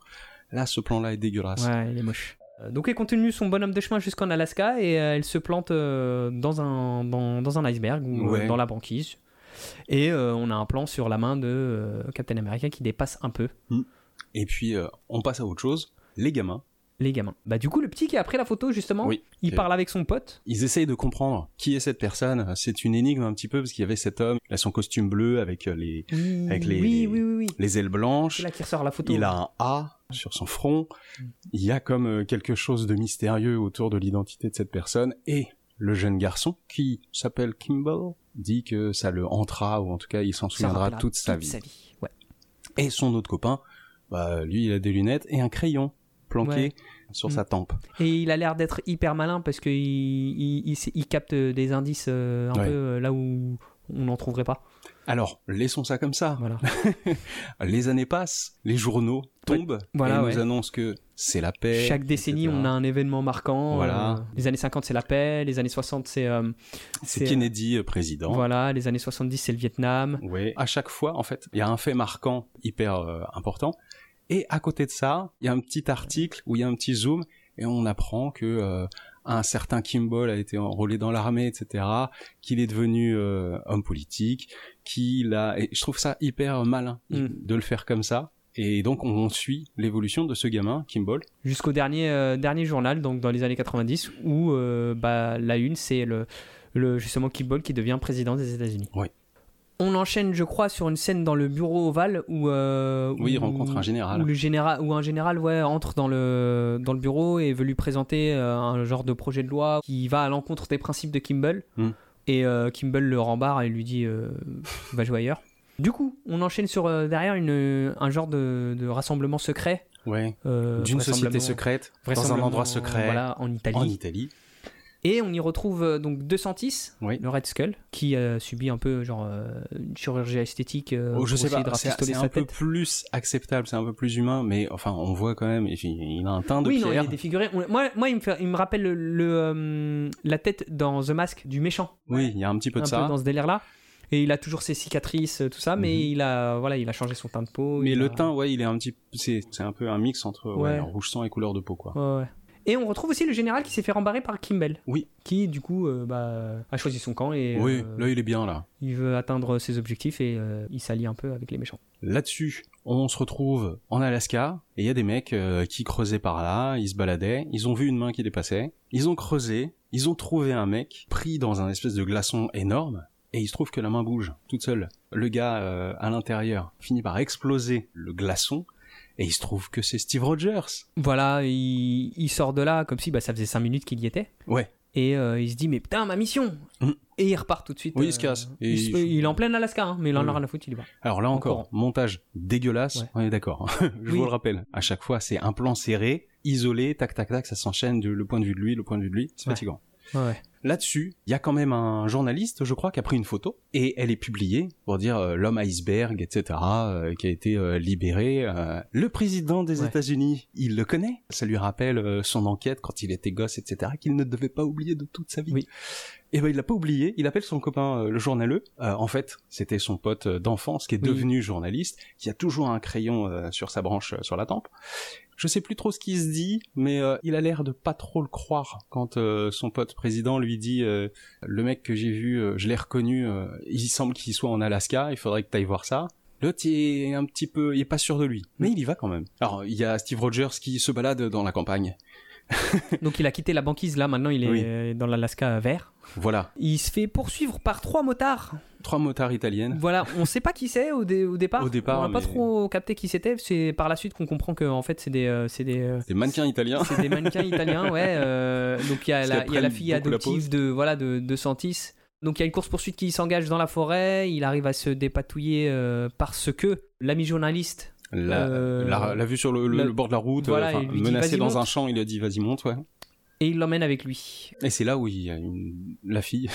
Speaker 2: Là, ce plan-là est dégueulasse.
Speaker 1: Ouais, il est moche. Euh, Donc elle continue son bonhomme de chemin jusqu'en Alaska et euh, elle se plante euh, dans, un, dans, dans un iceberg ou euh,
Speaker 2: Ouais.
Speaker 1: dans la banquise. Et euh, on a un plan sur la main de euh, Captain America qui dépasse un peu
Speaker 2: Et puis, euh, on passe à autre chose. Les gamins,
Speaker 1: les gamins. Bah du coup le petit qui a pris la photo justement,
Speaker 2: Oui.
Speaker 1: il
Speaker 2: Et-
Speaker 1: parle avec son pote.
Speaker 2: ils essayent de comprendre qui est cette personne. C'est une énigme un petit peu, parce qu'il y avait cet homme, il a son costume bleu avec euh, les,
Speaker 1: Oui,
Speaker 2: Avec les-
Speaker 1: oui, oui, oui, oui.
Speaker 2: les ailes
Speaker 1: C'est
Speaker 2: blanches.
Speaker 1: là qui ressort la photo.
Speaker 2: Il a un A sur son front. Il y a comme euh, quelque chose de mystérieux autour de l'identité de cette personne. Et le jeune garçon, qui s'appelle Kimball, dit que ça le hantera, ou en tout cas, il s'en
Speaker 1: Ça
Speaker 2: souviendra
Speaker 1: rappellera
Speaker 2: toute sa vie.
Speaker 1: Ouais.
Speaker 2: Et son autre copain, bah, lui, il a des lunettes et un crayon planqué
Speaker 1: Ouais.
Speaker 2: sur
Speaker 1: Mm.
Speaker 2: sa tempe.
Speaker 1: Et il a l'air d'être hyper malin parce qu'il il, il s- il capte des indices euh, un
Speaker 2: Ouais.
Speaker 1: peu euh, là où on n'en trouverait pas.
Speaker 2: Alors, laissons ça comme ça.
Speaker 1: Voilà.
Speaker 2: Les années passent, les journaux tombent
Speaker 1: Voilà,
Speaker 2: et
Speaker 1: ouais.
Speaker 2: nous annoncent que c'est la paix.
Speaker 1: Chaque décennie,
Speaker 2: etc.
Speaker 1: on a un événement marquant.
Speaker 2: Voilà.
Speaker 1: Euh, les années 50, c'est la paix. Les années 60, c'est. euh,
Speaker 2: C'est Kennedy euh, président.
Speaker 1: Voilà. Les années 70, c'est le Vietnam.
Speaker 2: Ouais. À chaque fois, en fait, il y a un fait marquant hyper euh, important. Et à côté de ça, il y a un petit article où il y a un petit zoom et on apprend que euh, un certain Kimball a été enrôlé dans l'armée, etc. Qu'il est devenu euh, homme politique. Qu'il a. Et je trouve ça hyper malin
Speaker 1: Mm.
Speaker 2: de le faire comme ça. Et donc on suit l'évolution de ce gamin, Kimball.
Speaker 1: Jusqu'au dernier, euh, dernier journal, donc dans les années 90, où euh, bah, la une, c'est le, le, justement Kimball qui devient président des États-Unis.
Speaker 2: Oui.
Speaker 1: On enchaîne, je crois, sur une scène dans le bureau ovale où. euh,
Speaker 2: Oui, il
Speaker 1: où-
Speaker 2: rencontre un général.
Speaker 1: Où, le général, où un général ouais, entre dans le, dans le bureau et veut lui présenter euh, un genre de projet de loi qui va à l'encontre des principes de Kimball.
Speaker 2: Mm.
Speaker 1: Et euh, Kimball le rembarre et lui dit euh, (laughs) va jouer ailleurs. Du coup, on enchaîne sur euh, derrière une, un genre de, de rassemblement secret.
Speaker 2: Ouais.
Speaker 1: euh,
Speaker 2: D'une
Speaker 1: vraisemblablement-
Speaker 2: société secrète dans un
Speaker 1: vraisemblablement,
Speaker 2: endroit secret
Speaker 1: Voilà, en Italie.
Speaker 2: en Italie.
Speaker 1: Et on y retrouve euh, donc 210,
Speaker 2: Oui.
Speaker 1: le Red Skull, qui euh, subit un peu genre euh, une chirurgie esthétique. euh,
Speaker 2: Oh, je
Speaker 1: pour
Speaker 2: sais
Speaker 1: essayer
Speaker 2: pas,
Speaker 1: de
Speaker 2: c'est
Speaker 1: rafistoler
Speaker 2: c'est
Speaker 1: sa
Speaker 2: un peu
Speaker 1: tête.
Speaker 2: plus acceptable, c'est un peu plus humain, mais enfin, on voit quand même, et puis, il a un teint de
Speaker 1: Oui, non, il
Speaker 2: pierre.
Speaker 1: est défiguré. On- Moi, moi il, me fait- il me rappelle le, le, euh, la tête dans The Mask du méchant,
Speaker 2: Oui, il y a un petit peu
Speaker 1: un
Speaker 2: de
Speaker 1: peu
Speaker 2: ça.
Speaker 1: dans ce délire-là. Et il a toujours ses cicatrices, euh, tout ça, mais
Speaker 2: Mhm.
Speaker 1: il a, voilà, il a changé son teint de peau.
Speaker 2: Mais
Speaker 1: il
Speaker 2: le
Speaker 1: a-
Speaker 2: teint, ouais, il est un petit, c'est c'est un peu un mix entre ouais,
Speaker 1: hein. Ouais.
Speaker 2: rouge sang et couleur de peau, quoi.
Speaker 1: Ouais, ouais. Et on retrouve aussi le général qui s'est fait rembarrer par Kimball.
Speaker 2: Oui.
Speaker 1: Qui, du coup, euh, bah, a choisi son camp et
Speaker 2: oui,
Speaker 1: euh,
Speaker 2: là, il est bien là.
Speaker 1: il veut atteindre ses objectifs et euh, il s'allie un peu avec les méchants.
Speaker 2: Là-dessus, on se retrouve en Alaska et il y a des mecs euh, qui creusaient par là, ils se baladaient, ils ont vu une main qui dépassait, ils ont creusé, ils ont trouvé un mec pris dans un espèce de glaçon énorme et il se trouve que la main bouge toute seule. Le gars euh, à l'intérieur finit par exploser le glaçon et il se trouve que c'est Steve Rogers.
Speaker 1: Voilà, il, il sort de là comme si bah, ça faisait 5 minutes qu'il y était.
Speaker 2: Ouais.
Speaker 1: Et euh, il se dit, mais putain, ma mission
Speaker 2: Mhm.
Speaker 1: Et il repart tout de suite. euh,
Speaker 2: Oui, il se casse. Et
Speaker 1: il, se-
Speaker 2: il-
Speaker 1: il est en plein Alaska, hein, mais il en a
Speaker 2: Oui.
Speaker 1: rien à foutre, il y va.
Speaker 2: Alors là encore,
Speaker 1: Encore.
Speaker 2: montage dégueulasse,
Speaker 1: Ouais.
Speaker 2: on est d'accord. (laughs) Je
Speaker 1: Oui.
Speaker 2: vous le rappelle, à chaque fois c'est un plan serré, isolé, tac tac tac, ça s'enchaîne du le point de vue de lui, le point de vue de lui, c'est
Speaker 1: Ouais.
Speaker 2: fatigant.
Speaker 1: Ouais, ouais.
Speaker 2: Là-dessus, il y a quand même un journaliste, je crois, qui a pris une photo et elle est publiée pour dire euh, l'homme iceberg, etc., euh, qui a été euh, libéré. euh. Le président des
Speaker 1: Ouais.
Speaker 2: États-Unis, il le connaît. Ça lui rappelle euh, son enquête quand il était gosse, etc., qu'il ne devait pas oublier de toute sa vie.
Speaker 1: Oui.
Speaker 2: Et ben il l'a pas oublié. Il appelle son copain, euh, le journaleux. Euh, en fait, c'était son pote euh, d'enfance qui est
Speaker 1: Oui.
Speaker 2: devenu journaliste, qui a toujours un crayon euh, sur sa branche, euh, sur la tempe. Je sais plus trop ce qu'il se dit, mais euh, il a l'air de pas trop le croire quand euh, son pote président lui dit euh, le mec que j'ai vu, euh, je l'ai reconnu, euh, il semble qu'il soit en Alaska, il faudrait que t'ailles voir ça. L'autre il est un petit peu, il est pas sûr de lui, mais il y va quand même. Alors il y a Steve Rogers qui se balade dans la campagne.
Speaker 1: (laughs) Donc il a quitté la banquise là, maintenant il est
Speaker 2: Oui.
Speaker 1: euh, dans l'Alaska vert.
Speaker 2: Voilà,
Speaker 1: Il se fait poursuivre par trois motards.
Speaker 2: trois motards italiennes.
Speaker 1: Voilà, on sait pas qui c'est au, dé- au départ.
Speaker 2: Au départ,
Speaker 1: on n'a pas
Speaker 2: mais-
Speaker 1: trop capté qui c'était. C'est par la suite qu'on comprend que en fait c'est des, euh, c'est des, euh,
Speaker 2: Des mannequins italiens.
Speaker 1: c'est des mannequins italiens, ouais. euh, donc il y a,
Speaker 2: Parce
Speaker 1: la,
Speaker 2: qu'elles
Speaker 1: il y a la
Speaker 2: prennent
Speaker 1: fille
Speaker 2: beaucoup la
Speaker 1: adoptive
Speaker 2: pause.
Speaker 1: de voilà de, de Santis. Donc il y a une course poursuite qui s'engage dans la forêt. Il arrive à se dépatouiller euh, parce que l'ami journaliste.
Speaker 2: La,
Speaker 1: euh,
Speaker 2: la, la vue sur le, le-
Speaker 1: la-
Speaker 2: le bord de la route,
Speaker 1: voilà,
Speaker 2: euh, enfin,
Speaker 1: il lui dit,
Speaker 2: menacé
Speaker 1: vas-y,
Speaker 2: dans un
Speaker 1: monte.
Speaker 2: champ, il a dit vas-y monte, ouais.
Speaker 1: et il l'emmène avec lui.
Speaker 2: Et c'est là où il y a une- la fille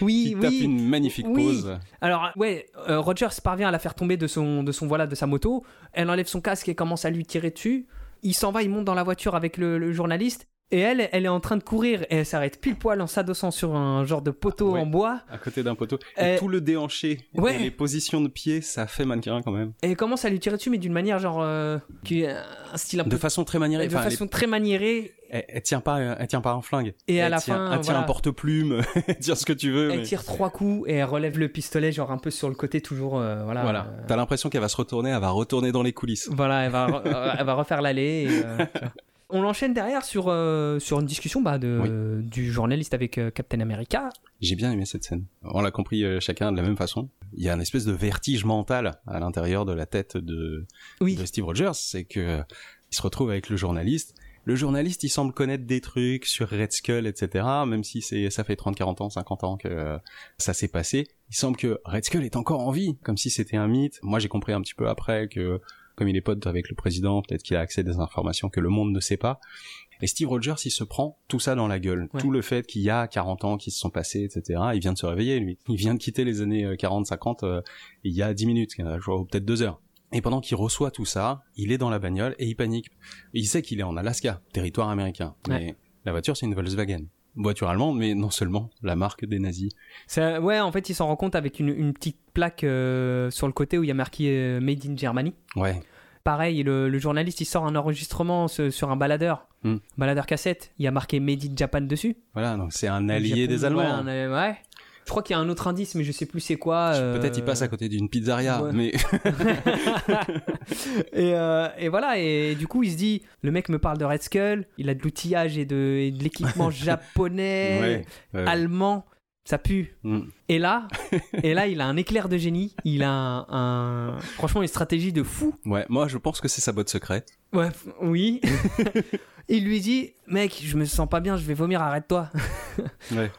Speaker 1: Oui,
Speaker 2: (laughs) qui
Speaker 1: oui.
Speaker 2: tape une magnifique
Speaker 1: oui.
Speaker 2: pose.
Speaker 1: Alors ouais, euh, Rogers parvient à la faire tomber de son de son voilà de sa moto. Elle enlève son casque et commence à lui tirer dessus. Il s'en va, il monte dans la voiture avec le, le journaliste et elle, elle est en train de courir et elle s'arrête pile poil en s'adossant sur un genre de poteau
Speaker 2: Ah, ouais.
Speaker 1: en bois
Speaker 2: à côté d'un poteau.
Speaker 1: Euh,
Speaker 2: Et tout le déhanché,
Speaker 1: ouais.
Speaker 2: et les positions de pied, ça fait mannequin quand même.
Speaker 1: et elle commence à lui tirer dessus mais d'une manière genre euh, qui est un style un peu
Speaker 2: De façon très maniérée.
Speaker 1: de
Speaker 2: Enfin, elle est-
Speaker 1: façon très maniérée
Speaker 2: elle, elle tient pas, elle tient pas un flingue.
Speaker 1: Et à
Speaker 2: Elle
Speaker 1: la
Speaker 2: tient-
Speaker 1: fin,
Speaker 2: elle tient
Speaker 1: voilà.
Speaker 2: un porte-plume, (laughs) elle tient ce que tu veux.
Speaker 1: elle
Speaker 2: mais-
Speaker 1: tire trois coups et elle relève le pistolet genre un peu sur le côté toujours euh, voilà
Speaker 2: Voilà.
Speaker 1: euh,
Speaker 2: T'as l'impression qu'elle va se retourner, elle va retourner dans les coulisses.
Speaker 1: Voilà, elle va, re-
Speaker 2: (laughs)
Speaker 1: euh, elle va refaire l'aller. et, euh, tu vois. on l'enchaîne derrière sur, euh, sur une discussion bah, de, du journaliste avec euh, Captain America.
Speaker 2: J'ai bien aimé cette scène. On l'a compris euh, chacun de la même façon. Il y a une espèce de vertige mental à l'intérieur de la tête de,
Speaker 1: Oui.
Speaker 2: de Steve Rogers, c'est que euh, il se retrouve avec le journaliste. Le journaliste, il semble connaître des trucs sur Red Skull, etc. Même si c'est, ça fait 30, 40 ans, 50 ans que euh, ça s'est passé, il semble que Red Skull est encore en vie, comme si c'était un mythe. Moi, j'ai compris un petit peu après que, comme il est pote avec le président, peut-être qu'il a accès à des informations que le monde ne sait pas. Et Steve Rogers, il se prend tout ça dans la gueule.
Speaker 1: Ouais.
Speaker 2: Tout le fait qu'il y a 40 ans qui se sont passés, etc. Il vient de se réveiller, lui. Il vient de quitter les années euh, 40, 50, euh, il y a 10 minutes, euh, je vois, ou peut-être 2 heures. Et pendant qu'il reçoit tout ça, il est dans la bagnole et il panique. Et il sait qu'il est en Alaska, territoire américain.
Speaker 1: Ouais.
Speaker 2: Mais la voiture, c'est une Volkswagen. Voiture allemande, mais non seulement la marque des nazis.
Speaker 1: Ça- ouais, en fait, il s'en rend compte avec une, une petite plaque euh, sur le côté où il y a marqué euh, Made in Germany.
Speaker 2: Ouais.
Speaker 1: Pareil, le, le journaliste, il sort un enregistrement ce- sur un baladeur,
Speaker 2: Hmm.
Speaker 1: baladeur cassette. Il y a marqué Made in Japan dessus.
Speaker 2: Voilà, donc c'est un allié
Speaker 1: Japon,
Speaker 2: des Allemands.
Speaker 1: ouais, un allié- ouais. Je crois qu'il y a un autre indice, mais je sais plus c'est quoi. euh,
Speaker 2: Peut-être il passe à côté d'une pizzeria,
Speaker 1: ouais.
Speaker 2: mais
Speaker 1: et, euh, et voilà, et du coup, il se dit le mec me parle de Red Skull, il a de l'outillage et de, et de
Speaker 2: (laughs)
Speaker 1: l'équipement japonais,
Speaker 2: ouais, euh,
Speaker 1: allemand, ça pue.
Speaker 2: mm.
Speaker 1: Et
Speaker 2: (laughs)
Speaker 1: là, et là, il a un éclair de génie, il a un, un- franchement une stratégie de fou.
Speaker 2: ouais. Moi, je pense que c'est sa botte secrète.
Speaker 1: Ouais, f-
Speaker 2: (laughs)
Speaker 1: oui. il lui dit mec, je me sens pas bien, je vais vomir, arrête-toi.
Speaker 2: Ouais.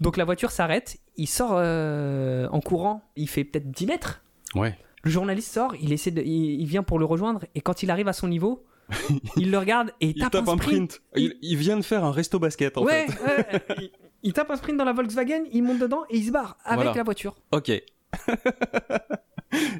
Speaker 1: Donc la voiture s'arrête, il sort euh, en courant, il fait peut-être 10 mètres.
Speaker 2: Ouais.
Speaker 1: Le journaliste sort, il essaie de, il, il vient pour le rejoindre et quand il arrive à son
Speaker 2: (laughs)
Speaker 1: niveau, il le regarde et
Speaker 2: Il
Speaker 1: tape,
Speaker 2: tape
Speaker 1: un
Speaker 2: un
Speaker 1: sprint.
Speaker 2: print. Il, il vient de faire un resto basket en
Speaker 1: ouais,
Speaker 2: fait.
Speaker 1: ouais, il, il tape un sprint dans la Volkswagen, il monte dedans et il se barre avec
Speaker 2: Voilà.
Speaker 1: la voiture. (laughs)
Speaker 2: Ok.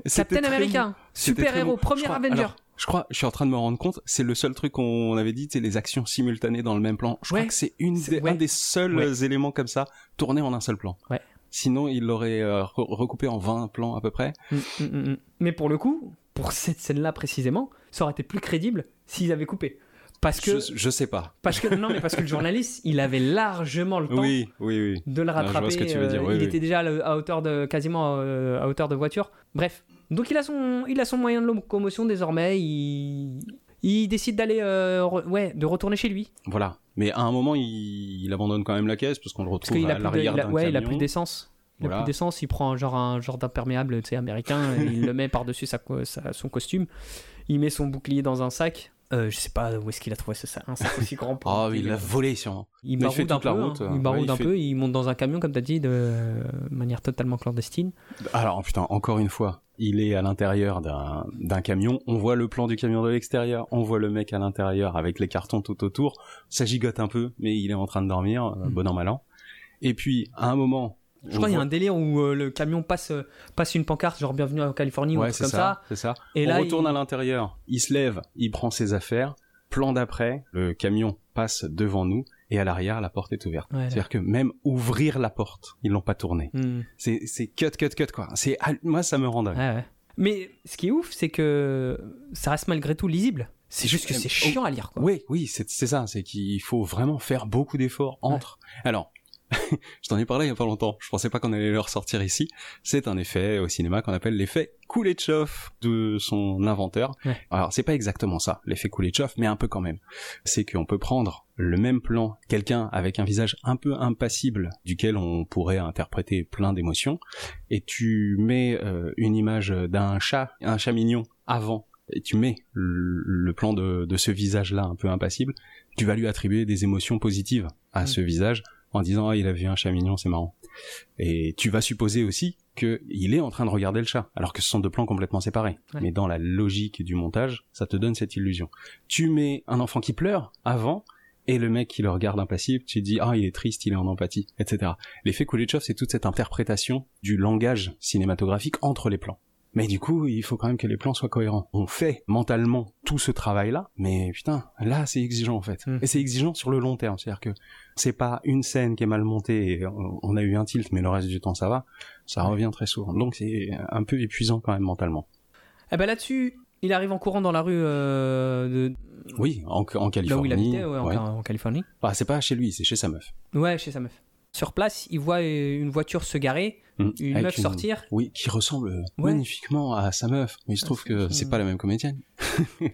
Speaker 2: C'était
Speaker 1: Captain
Speaker 2: très
Speaker 1: America,
Speaker 2: C'était
Speaker 1: super
Speaker 2: très
Speaker 1: héros,
Speaker 2: bon.
Speaker 1: premier
Speaker 2: Je crois-
Speaker 1: Avenger.
Speaker 2: alors, je crois, je suis en train de me rendre compte, c'est le seul truc qu'on avait dit, c'est les actions simultanées dans le même plan. Je
Speaker 1: Ouais.
Speaker 2: crois que c'est une
Speaker 1: C'est-
Speaker 2: des-
Speaker 1: ouais.
Speaker 2: un des seuls
Speaker 1: Ouais.
Speaker 2: éléments comme ça tournés en un seul plan.
Speaker 1: Ouais.
Speaker 2: Sinon, il l'aurait euh, re- recoupé en 20 plans à peu près.
Speaker 1: Mm, mm, mm. Mais pour le coup, pour cette scène-là précisément, ça aurait été plus crédible s'ils avaient coupé. Parce que,
Speaker 2: Je, je sais pas.
Speaker 1: parce que, non mais parce que le journaliste, il avait largement le temps
Speaker 2: Oui, oui, oui.
Speaker 1: de le
Speaker 2: Ah, je vois
Speaker 1: rattraper.
Speaker 2: ce que tu veux dire,
Speaker 1: euh,
Speaker 2: oui,
Speaker 1: il
Speaker 2: oui.
Speaker 1: était déjà à, la- à hauteur de quasiment euh, à hauteur de voiture. Bref, donc il a son il a son moyen de locomotion désormais. Il il décide d'aller euh, re- ouais de retourner chez lui
Speaker 2: Voilà. Mais à un moment, il, il abandonne quand même la caisse parce qu'on le
Speaker 1: parce
Speaker 2: retrouve
Speaker 1: qu'il a
Speaker 2: à
Speaker 1: plus de-
Speaker 2: l'arrière
Speaker 1: il a-
Speaker 2: d'un
Speaker 1: ouais il a
Speaker 2: camion.
Speaker 1: plus d'essence. Il a
Speaker 2: Voilà.
Speaker 1: plus d'essence, il prend genre un genre d'imperméable tu sais,
Speaker 2: (laughs)
Speaker 1: américain, et il le met par-dessus sa, co- sa- son costume, il met son bouclier dans un sac. Euh, je sais pas où est-ce qu'il a trouvé ce sac, un sac aussi grand. pour
Speaker 2: Oh,
Speaker 1: un
Speaker 2: il l'a volé sûrement.
Speaker 1: Il
Speaker 2: Mais il fait
Speaker 1: baroude un
Speaker 2: toute la
Speaker 1: peu, hein.
Speaker 2: route, euh,
Speaker 1: il
Speaker 2: ouais,
Speaker 1: baroude
Speaker 2: il
Speaker 1: un
Speaker 2: fait-
Speaker 1: peu, il monte dans un camion comme t'as dit de euh, manière totalement clandestine.
Speaker 2: Alors putain, encore une fois, il est à l'intérieur d'un d'un camion. On voit le plan du camion de l'extérieur. On voit le mec à l'intérieur avec les cartons tout autour. Ça gigote un peu, mais il est en train de dormir, euh,
Speaker 1: Mm.
Speaker 2: bon an mal an. Et puis à un moment,
Speaker 1: Je crois qu'il y a un délire où euh, le camion passe, euh, passe une pancarte, genre bienvenue en Californie ou un
Speaker 2: ouais,
Speaker 1: truc comme
Speaker 2: c'est
Speaker 1: ça.
Speaker 2: ça, c'est ça.
Speaker 1: Et
Speaker 2: on
Speaker 1: là,
Speaker 2: retourne
Speaker 1: il-
Speaker 2: à l'intérieur. Il se lève, il prend ses affaires. Plan d'après, le camion passe devant nous et à l'arrière, la porte est ouverte.
Speaker 1: Ouais,
Speaker 2: C'est-à-dire que même ouvrir la porte, ils l'ont pas tournée.
Speaker 1: Hmm,
Speaker 2: C'est c'est cut, cut, cut quoi. C'est hal- moi ça me rend dingue.
Speaker 1: ouais, ouais. Mais ce qui est ouf, c'est que ça reste malgré tout lisible. C'est juste que c'est
Speaker 2: Oh.
Speaker 1: chiant à lire, quoi.
Speaker 2: Oui, oui, c'est c'est ça, c'est qu'il faut vraiment faire beaucoup d'efforts entre. Alors, (laughs) je t'en ai parlé il y a pas longtemps, je pensais pas qu'on allait le ressortir ici. C'est un effet au cinéma qu'on appelle l'effet Kuleshov de son inventeur.
Speaker 1: Ouais.
Speaker 2: Alors, c'est pas exactement ça, l'effet Kuleshov, mais un peu quand même. C'est qu'on peut prendre le même plan, quelqu'un avec un visage un peu impassible, duquel on pourrait interpréter plein d'émotions, et tu mets euh, une image d'un chat, un chat mignon, avant et tu mets le, le plan de, de ce visage-là un peu impassible, tu vas lui attribuer des émotions positives à
Speaker 1: Mm.
Speaker 2: ce visage en disant ah, il a vu un chat mignon, c'est marrant. Et tu vas supposer aussi que il est en train de regarder le chat, alors que ce sont deux plans complètement séparés.
Speaker 1: Ouais.
Speaker 2: Mais dans la logique du montage, ça te donne cette illusion. Tu mets un enfant qui pleure avant et le mec qui le regarde impassible, tu te dis ah il est triste, il est en empathie, etc. L'effet Kuleshov, c'est toute cette interprétation du langage cinématographique entre les plans. Mais du coup, il faut quand même que les plans soient cohérents. On fait mentalement tout ce travail-là, mais putain, là c'est exigeant en fait.
Speaker 1: Mm.
Speaker 2: Et c'est exigeant sur le long terme, c'est-à-dire que c'est pas une scène qui est mal montée et on on a eu un tilt, mais le reste du temps ça va, ça revient très souvent. Donc c'est un peu épuisant quand même mentalement.
Speaker 1: Eh ben là-dessus, il arrive en courant dans la rue euh, de
Speaker 2: Oui, en, en
Speaker 1: là où
Speaker 2: Californie.
Speaker 1: il habitait, ouais, en-
Speaker 2: ouais.
Speaker 1: en Californie.
Speaker 2: Ah, c'est pas chez lui, c'est chez sa meuf.
Speaker 1: Ouais, chez sa meuf. Sur place, il voit euh, une voiture se garer,
Speaker 2: Mm.
Speaker 1: une
Speaker 2: Avec
Speaker 1: meuf
Speaker 2: (laughs)
Speaker 1: sortir.
Speaker 2: Oui, qui ressemble
Speaker 1: Ouais.
Speaker 2: magnifiquement à sa meuf. Mais il se
Speaker 1: Ah,
Speaker 2: trouve
Speaker 1: c'est
Speaker 2: que
Speaker 1: ça.
Speaker 2: c'est pas la même comédienne.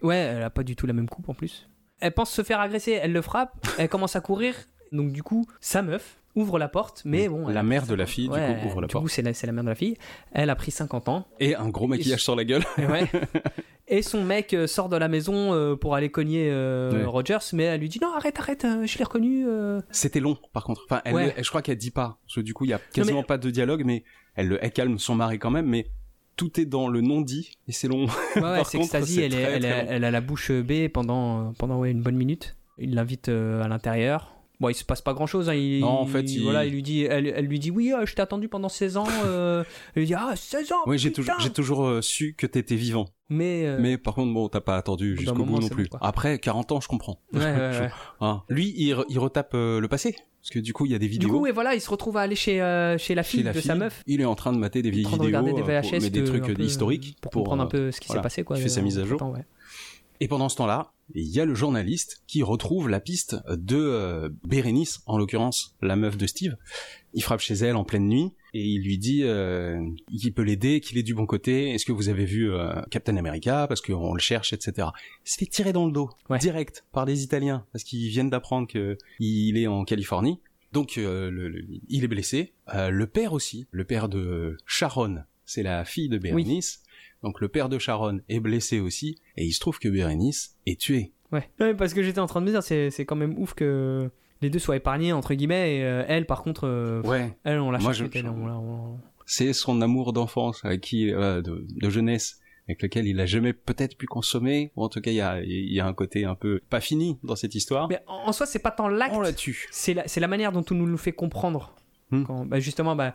Speaker 1: Ouais, elle a pas du tout la même coupe en plus. Elle pense se faire agresser, elle le frappe, elle commence à courir. Donc du coup, sa meuf ouvre la porte, mais bon. elle
Speaker 2: la
Speaker 1: a
Speaker 2: mère
Speaker 1: pris
Speaker 2: de la
Speaker 1: 50
Speaker 2: fille,
Speaker 1: Ouais,
Speaker 2: du coup, ouvre la
Speaker 1: du
Speaker 2: porte.
Speaker 1: coup, c'est la, c'est la mère de la fille. Elle a pris 50 ans.
Speaker 2: Et un gros maquillage sur la gueule.
Speaker 1: Et,
Speaker 2: (laughs)
Speaker 1: ouais. Et son mec euh, sort de la maison euh, pour aller cogner euh,
Speaker 2: Ouais.
Speaker 1: Rogers, mais elle lui dit non, arrête, arrête, euh, je l'ai reconnu.
Speaker 2: (laughs)
Speaker 1: euh.
Speaker 2: C'était long, par contre. Enfin, elle,
Speaker 1: Ouais.
Speaker 2: je crois qu'elle dit pas. Parce que du coup, il y a quasiment
Speaker 1: mais-
Speaker 2: pas de dialogue, mais elle, le- elle calme son mari quand même, mais tout est dans le non-dit, et c'est long.
Speaker 1: Ouais, ouais,
Speaker 2: Par
Speaker 1: c'est
Speaker 2: contre,
Speaker 1: Ecstasy,
Speaker 2: c'est
Speaker 1: elle, est-
Speaker 2: très,
Speaker 1: elle,
Speaker 2: très
Speaker 1: a-
Speaker 2: long.
Speaker 1: elle a la bouche bée pendant, euh, pendant ouais, une bonne minute. Il l'invite euh, à l'intérieur. Bon, il se passe pas grand chose. Il,
Speaker 2: Non, en fait, il-
Speaker 1: Voilà, il lui dit, elle, elle lui dit Oui, euh, je t'ai attendu pendant 16 ans. euh. elle lui dit Ah, 16 ans
Speaker 2: Oui, j'ai
Speaker 1: putain
Speaker 2: toujours, j'ai toujours euh, su que t'étais vivant.
Speaker 1: Mais. euh,
Speaker 2: Mais par contre, bon, t'as pas attendu
Speaker 1: bout d'un
Speaker 2: jusqu'au
Speaker 1: moment,
Speaker 2: bout non
Speaker 1: c'est
Speaker 2: plus.
Speaker 1: bon, quoi.
Speaker 2: Après, 40 ans, je comprends.
Speaker 1: ouais, ouais,
Speaker 2: (laughs) Je-
Speaker 1: ouais.
Speaker 2: hein. Lui, il, re- il retape euh, le passé. Parce que du coup, il y a des
Speaker 1: Du
Speaker 2: vidéos.
Speaker 1: coup, et voilà, il se retrouve à aller chez, euh, chez la
Speaker 2: chez
Speaker 1: fille
Speaker 2: la
Speaker 1: de
Speaker 2: fille,
Speaker 1: sa meuf.
Speaker 2: Il est en train de mater des vieilles
Speaker 1: en train de
Speaker 2: vidéos,
Speaker 1: regarder des
Speaker 2: euh,
Speaker 1: VHS,
Speaker 2: pour- mais des
Speaker 1: de-
Speaker 2: trucs
Speaker 1: un peu,
Speaker 2: historiques
Speaker 1: pour comprendre un
Speaker 2: euh,
Speaker 1: peu ce qui
Speaker 2: voilà,
Speaker 1: s'est passé. Quoi,
Speaker 2: il fait sa
Speaker 1: euh,
Speaker 2: mise à
Speaker 1: entre
Speaker 2: jour.
Speaker 1: temps, ouais.
Speaker 2: Et pendant ce temps-là, il y a le journaliste qui retrouve la piste de euh, Bérénice, en l'occurrence la meuf de Steve. Il frappe chez elle en pleine nuit et il lui dit euh, qu'il peut l'aider, qu'il est du bon côté. Est-ce que vous avez vu euh, Captain America Parce qu'on le cherche, etc. Il se fait tirer dans le dos,
Speaker 1: Ouais.
Speaker 2: direct, par des Italiens, parce qu'ils viennent d'apprendre qu'il est en Californie. Donc euh, le- le- il est blessé. Euh, le père aussi, le père de Sharon, c'est la fille de Bérénice. Donc le père de Sharon est blessé aussi, et il se trouve que Bérénice est tuée.
Speaker 1: Ouais. Ouais, parce que j'étais en train de me dire, c'est c'est quand même ouf que les deux soient épargnés, entre guillemets, et euh, elle, par contre, euh,
Speaker 2: Ouais.
Speaker 1: elle, on la
Speaker 2: Moi,
Speaker 1: cherche,
Speaker 2: je-
Speaker 1: mais elle, on la- on-
Speaker 2: C'est son amour d'enfance, avec qui, euh, de, de jeunesse, avec lequel il a jamais peut-être pu consommer, ou en tout cas il y a, il y a un côté un peu pas fini dans cette histoire.
Speaker 1: Mais en en soi, c'est pas tant l'acte,
Speaker 2: On la tue.
Speaker 1: c'est la, c'est la manière dont on nous le fait comprendre.
Speaker 2: Hmm.
Speaker 1: Quand, bah, justement, bah,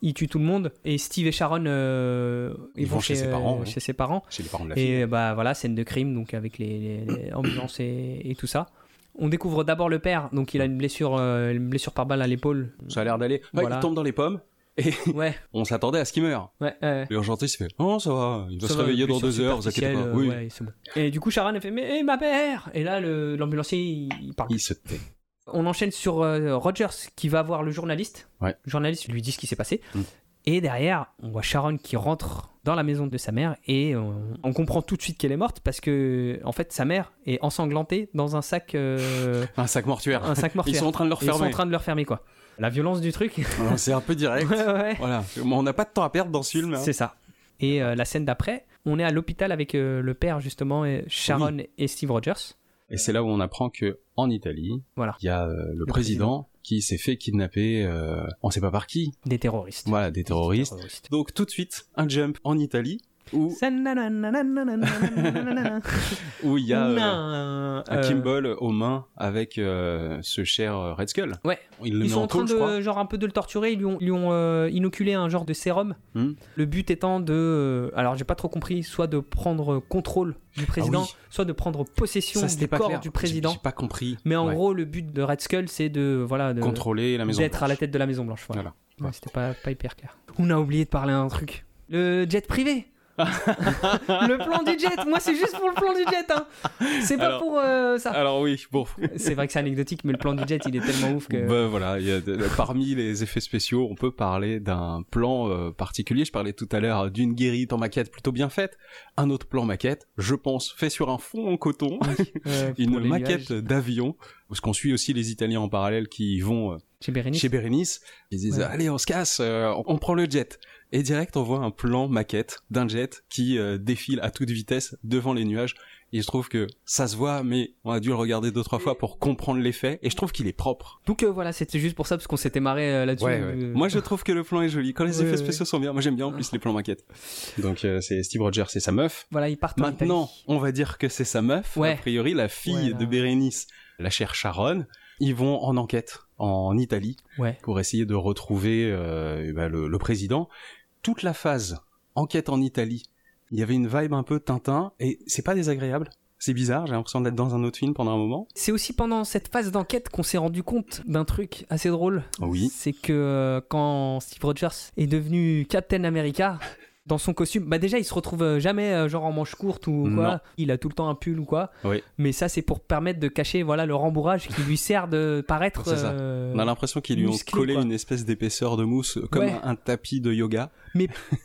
Speaker 1: il tue tout le monde, et Steve et Sharon, euh,
Speaker 2: Ils vont chez ses
Speaker 1: euh,
Speaker 2: parents, ouais.
Speaker 1: chez ses parents.
Speaker 2: C'est les parents de la fille.
Speaker 1: Et bah voilà, scène de crime, donc avec les, les- les (coughs) ambulances et, et tout ça. On découvre d'abord le père, donc il a une blessure, euh, une blessure par balle à l'épaule.
Speaker 2: Ça a l'air d'aller. Ouais,
Speaker 1: Voilà.
Speaker 2: Il tombe dans les pommes. Et
Speaker 1: Ouais,
Speaker 2: on s'attendait à ce qu'il meure.
Speaker 1: ouais, ouais.
Speaker 2: Et Urgentis fait Non, ça va, il va
Speaker 1: Ça
Speaker 2: se
Speaker 1: va,
Speaker 2: réveiller dans
Speaker 1: blessure
Speaker 2: deux heures, vous inquiétez pas.
Speaker 1: superficielle,
Speaker 2: oui.
Speaker 1: euh, ouais, c'est bon. Et du coup, Sharon, elle fait Mais eh, ma mère Et là, le- l'ambulancier, il, il parle.
Speaker 2: Il se tait.
Speaker 1: On enchaîne sur euh, Rogers qui va voir le journaliste.
Speaker 2: Ouais.
Speaker 1: Le journaliste lui dit ce qui s'est passé.
Speaker 2: Mm.
Speaker 1: Et derrière, on voit Sharon qui rentre dans la maison de sa mère et on, on comprend tout de suite qu'elle est morte parce que, en fait, sa mère est ensanglantée dans un sac, euh,
Speaker 2: Un sac mortuaire.
Speaker 1: un sac
Speaker 2: Ils
Speaker 1: mortuaire.
Speaker 2: sont en train de
Speaker 1: Et
Speaker 2: le
Speaker 1: Ils sont en
Speaker 2: refermer.
Speaker 1: train de le refermer, quoi. La violence du truc.
Speaker 2: Alors, C'est un peu direct.
Speaker 1: Ouais, ouais.
Speaker 2: Voilà. Bon, On n'a pas de temps à perdre dans ce film. hein.
Speaker 1: C'est ça. Et euh, la scène d'après, on est à l'hôpital avec euh, le père, justement, et Sharon et Steve Rogers.
Speaker 2: Et c'est là où on apprend que en Italie,
Speaker 1: Voilà.
Speaker 2: il y a euh, le, président, qui s'est fait kidnapper, euh, on sait pas par qui,
Speaker 1: Des terroristes.
Speaker 2: voilà, des terroristes. Donc tout de suite, un jump en Italie où
Speaker 1: Il
Speaker 2: où il y a euh,
Speaker 1: un,
Speaker 2: un
Speaker 1: euh,
Speaker 2: Kimball aux mains avec euh, ce cher euh, Red Skull.
Speaker 1: Ouais.
Speaker 2: Il le
Speaker 1: Ils
Speaker 2: met
Speaker 1: sont en train
Speaker 2: tôle, je crois.
Speaker 1: de, genre un peu de le torturer, ils lui ont, ils lui ont, euh, inoculé un genre de sérum.
Speaker 2: Hmm.
Speaker 1: Le but étant de, euh, alors j'ai pas trop compris, soit de prendre contrôle du président, soit de prendre possession
Speaker 2: Ça c'était
Speaker 1: du
Speaker 2: pas
Speaker 1: corps
Speaker 2: clair.
Speaker 1: du
Speaker 2: J'ai-
Speaker 1: président.
Speaker 2: J'ai pas compris.
Speaker 1: Mais en
Speaker 2: Ouais.
Speaker 1: gros, euh, le but de Red Skull, c'est de, voilà, de,
Speaker 2: contrôler la maison.
Speaker 1: d'être à la
Speaker 2: Blanche.
Speaker 1: tête de la Maison Blanche. Voilà.
Speaker 2: Voilà.
Speaker 1: Ouais, C'était pas, pas hyper clair. On a oublié de parler d'un truc. Le jet
Speaker 2: (laughs)
Speaker 1: privé. le plan du jet. Moi, c'est juste pour le plan du jet. hein. C'est pas
Speaker 2: Alors-
Speaker 1: pour euh, ça.
Speaker 2: Alors oui,
Speaker 1: (laughs)
Speaker 2: bon.
Speaker 1: C'est vrai que c'est anecdotique, mais le plan du jet, il est tellement ouf que.
Speaker 2: Ben voilà, il y a de- de- parmi les effets spéciaux, on peut parler d'un plan euh, particulier. Je parlais tout à l'heure euh, d'une guérite en maquette plutôt bien faite. Un autre plan maquette, je pense, fait sur un fond en coton.
Speaker 1: euh, pour
Speaker 2: Une
Speaker 1: les
Speaker 2: maquette
Speaker 1: nuages.
Speaker 2: d'avion, parce qu'on suit aussi les Italiens en parallèle qui vont euh,
Speaker 1: Chez Bérénice.
Speaker 2: chez Bérénice. Ils disent
Speaker 1: Ouais.
Speaker 2: allez on se casse, euh, on- on prend le jet. Et direct on voit un plan maquette d'un jet qui euh, défile à toute vitesse devant les nuages. Et je trouve que ça se voit, mais on a dû le regarder deux trois fois pour comprendre l'effet. Et je trouve qu'il est propre.
Speaker 1: Donc euh, voilà, c'était juste pour ça, parce qu'on s'était marré euh, là-dessus. Euh,
Speaker 2: Moi, je trouve que le plan est joli. Quand les
Speaker 1: Ouais,
Speaker 2: effets
Speaker 1: ouais. Ah.
Speaker 2: spéciaux sont bien, moi j'aime bien en plus les plans maquettes. Donc euh, c'est Steve Rogers et sa meuf.
Speaker 1: Voilà, ils partent en
Speaker 2: Maintenant,
Speaker 1: Italie.
Speaker 2: on va dire que c'est sa meuf.
Speaker 1: Ouais.
Speaker 2: A priori, la fille
Speaker 1: Ouais, là.
Speaker 2: de Bérénice la chère Sharon. Ils vont en enquête en Italie
Speaker 1: Ouais.
Speaker 2: pour essayer de retrouver euh, eh ben, le, le président. Toute la phase enquête en Italie, il y avait une vibe un peu Tintin et c'est pas désagréable. C'est bizarre, j'ai l'impression d'être dans un autre film pendant un moment.
Speaker 1: C'est aussi pendant cette phase d'enquête qu'on s'est rendu compte d'un truc assez drôle.
Speaker 2: Oui.
Speaker 1: C'est que euh, quand Steve Rogers est devenu Captain America,
Speaker 2: (laughs)
Speaker 1: dans son costume, bah déjà il se retrouve euh, jamais euh, genre en manche courte ou quoi.
Speaker 2: Non.
Speaker 1: Il a tout le temps un pull ou quoi.
Speaker 2: Oui.
Speaker 1: Mais ça c'est pour permettre de cacher voilà le rembourrage qui lui sert de paraître.
Speaker 2: C'est ça.
Speaker 1: euh,
Speaker 2: On a l'impression qu'ils lui ont
Speaker 1: musclé,
Speaker 2: collé
Speaker 1: quoi.
Speaker 2: une espèce d'épaisseur de mousse comme
Speaker 1: Ouais.
Speaker 2: un tapis de yoga.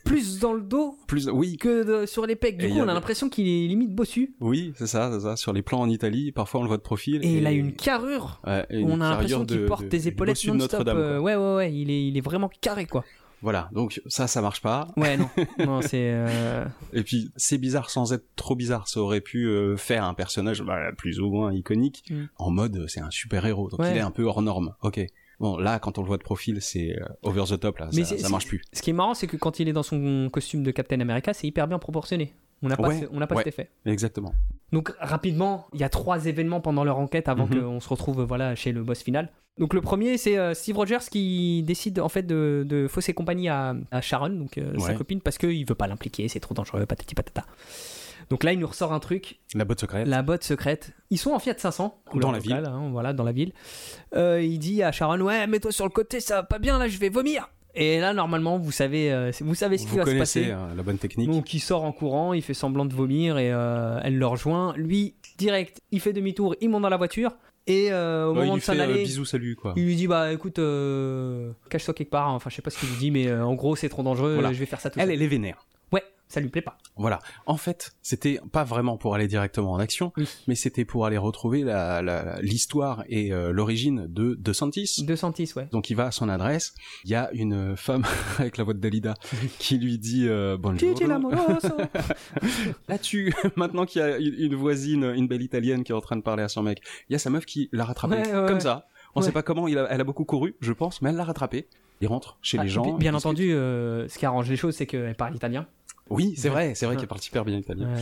Speaker 1: plus dans le dos
Speaker 2: Plus, oui,
Speaker 1: que de- sur les pecs. Du
Speaker 2: Et
Speaker 1: coup
Speaker 2: il y
Speaker 1: on a
Speaker 2: avait-
Speaker 1: l'impression qu'il est limite bossu.
Speaker 2: oui, c'est ça, c'est ça. Sur les plans en Italie, parfois on le voit de profil.
Speaker 1: Et il a une carrure.
Speaker 2: Ouais, et
Speaker 1: où on a
Speaker 2: une carrure
Speaker 1: l'impression qu'il
Speaker 2: de-
Speaker 1: porte
Speaker 2: de-
Speaker 1: des
Speaker 2: du
Speaker 1: épaulettes
Speaker 2: bossu de
Speaker 1: non-stop.
Speaker 2: Notre-Dame, quoi.
Speaker 1: euh, ouais, ouais, ouais, il est, il est vraiment carré, quoi.
Speaker 2: Voilà, donc ça, ça marche pas.
Speaker 1: Ouais,
Speaker 2: (laughs)
Speaker 1: non, non, c'est. euh,
Speaker 2: Et puis, c'est bizarre sans être trop bizarre. Ça aurait pu euh, faire un personnage bah, plus ou moins iconique
Speaker 1: Mm.
Speaker 2: en mode euh, c'est un super-héros. Donc,
Speaker 1: Ouais.
Speaker 2: il est un peu hors norme. Ok. Bon, là, quand on le voit de profil, c'est euh, over the top. Là,
Speaker 1: Mais
Speaker 2: ça,
Speaker 1: c'est-
Speaker 2: ça marche plus.
Speaker 1: Ce qui est marrant, c'est que quand il est dans son costume de Captain America, c'est hyper bien proportionné. On n'a pas,
Speaker 2: Ouais,
Speaker 1: ce- on n'a pas
Speaker 2: ouais.
Speaker 1: cet effet.
Speaker 2: Exactement.
Speaker 1: Donc rapidement, il y a trois événements pendant leur enquête avant
Speaker 2: Mhm.
Speaker 1: qu'on se retrouve euh, voilà chez le boss final. Donc le premier, c'est euh, Steve Rogers qui décide en fait de, de fausser compagnie à, à Sharon, donc euh, sa
Speaker 2: Ouais.
Speaker 1: copine, parce qu'il veut pas l'impliquer, c'est trop dangereux, patati patata. Donc là, il nous ressort un truc,
Speaker 2: La botte secrète.
Speaker 1: la botte secrète. Ils sont en Fiat 500 couleur
Speaker 2: la
Speaker 1: locale, hein, voilà, dans la ville. Euh, il dit à Sharon, ouais, mets-toi sur le côté, ça va pas bien, là, je vais vomir. Et là, normalement, vous savez, euh, vous savez ce qui
Speaker 2: Vous
Speaker 1: va se passer.
Speaker 2: connaissez hein, la bonne technique.
Speaker 1: Donc il sort en courant, il fait semblant de vomir et euh, elle le rejoint. Lui, direct, il fait demi-tour, il monte dans la voiture et euh, au
Speaker 2: Ouais, il
Speaker 1: moment
Speaker 2: lui
Speaker 1: de s'en
Speaker 2: fait euh,
Speaker 1: aller,
Speaker 2: bisous, salut, quoi.
Speaker 1: il lui dit bah écoute, euh, cache-toi quelque part. Enfin, je sais pas ce qu'il lui dit, mais euh, en gros c'est trop dangereux,
Speaker 2: Voilà.
Speaker 1: je vais faire ça tout
Speaker 2: Elle,
Speaker 1: seul.
Speaker 2: elle est vénère.
Speaker 1: Ouais, ça lui plaît pas.
Speaker 2: Voilà. En fait, c'était pas vraiment pour aller directement en action,
Speaker 1: Oui.
Speaker 2: mais c'était pour aller retrouver la- la- l'histoire et euh, l'origine de De Santis.
Speaker 1: 210, ouais.
Speaker 2: Donc il va à son adresse, il y a une femme (laughs) avec la voix de Dalida qui lui dit euh, bonjour.
Speaker 1: Gigi (laughs) l'amoroso.
Speaker 2: Là-dessus, (laughs) maintenant qu'il y a une une voisine, une belle italienne qui est en train de parler à son mec, il y a sa meuf qui l'a rattrapée
Speaker 1: Ouais, ouais,
Speaker 2: comme
Speaker 1: ouais.
Speaker 2: ça. On
Speaker 1: Ouais.
Speaker 2: sait pas comment, il a- elle a beaucoup couru, je pense, mais elle l'a rattrapée. Il rentre chez
Speaker 1: Ah,
Speaker 2: les gens.
Speaker 1: bi- Bien
Speaker 2: il discute.
Speaker 1: entendu, euh, ce qui arrange les choses, c'est qu'elle parle italien. Euh,
Speaker 2: Oui, c'est vrai, c'est vrai
Speaker 1: Ouais.
Speaker 2: qu'elle parle hyper bien italien.
Speaker 1: Ouais.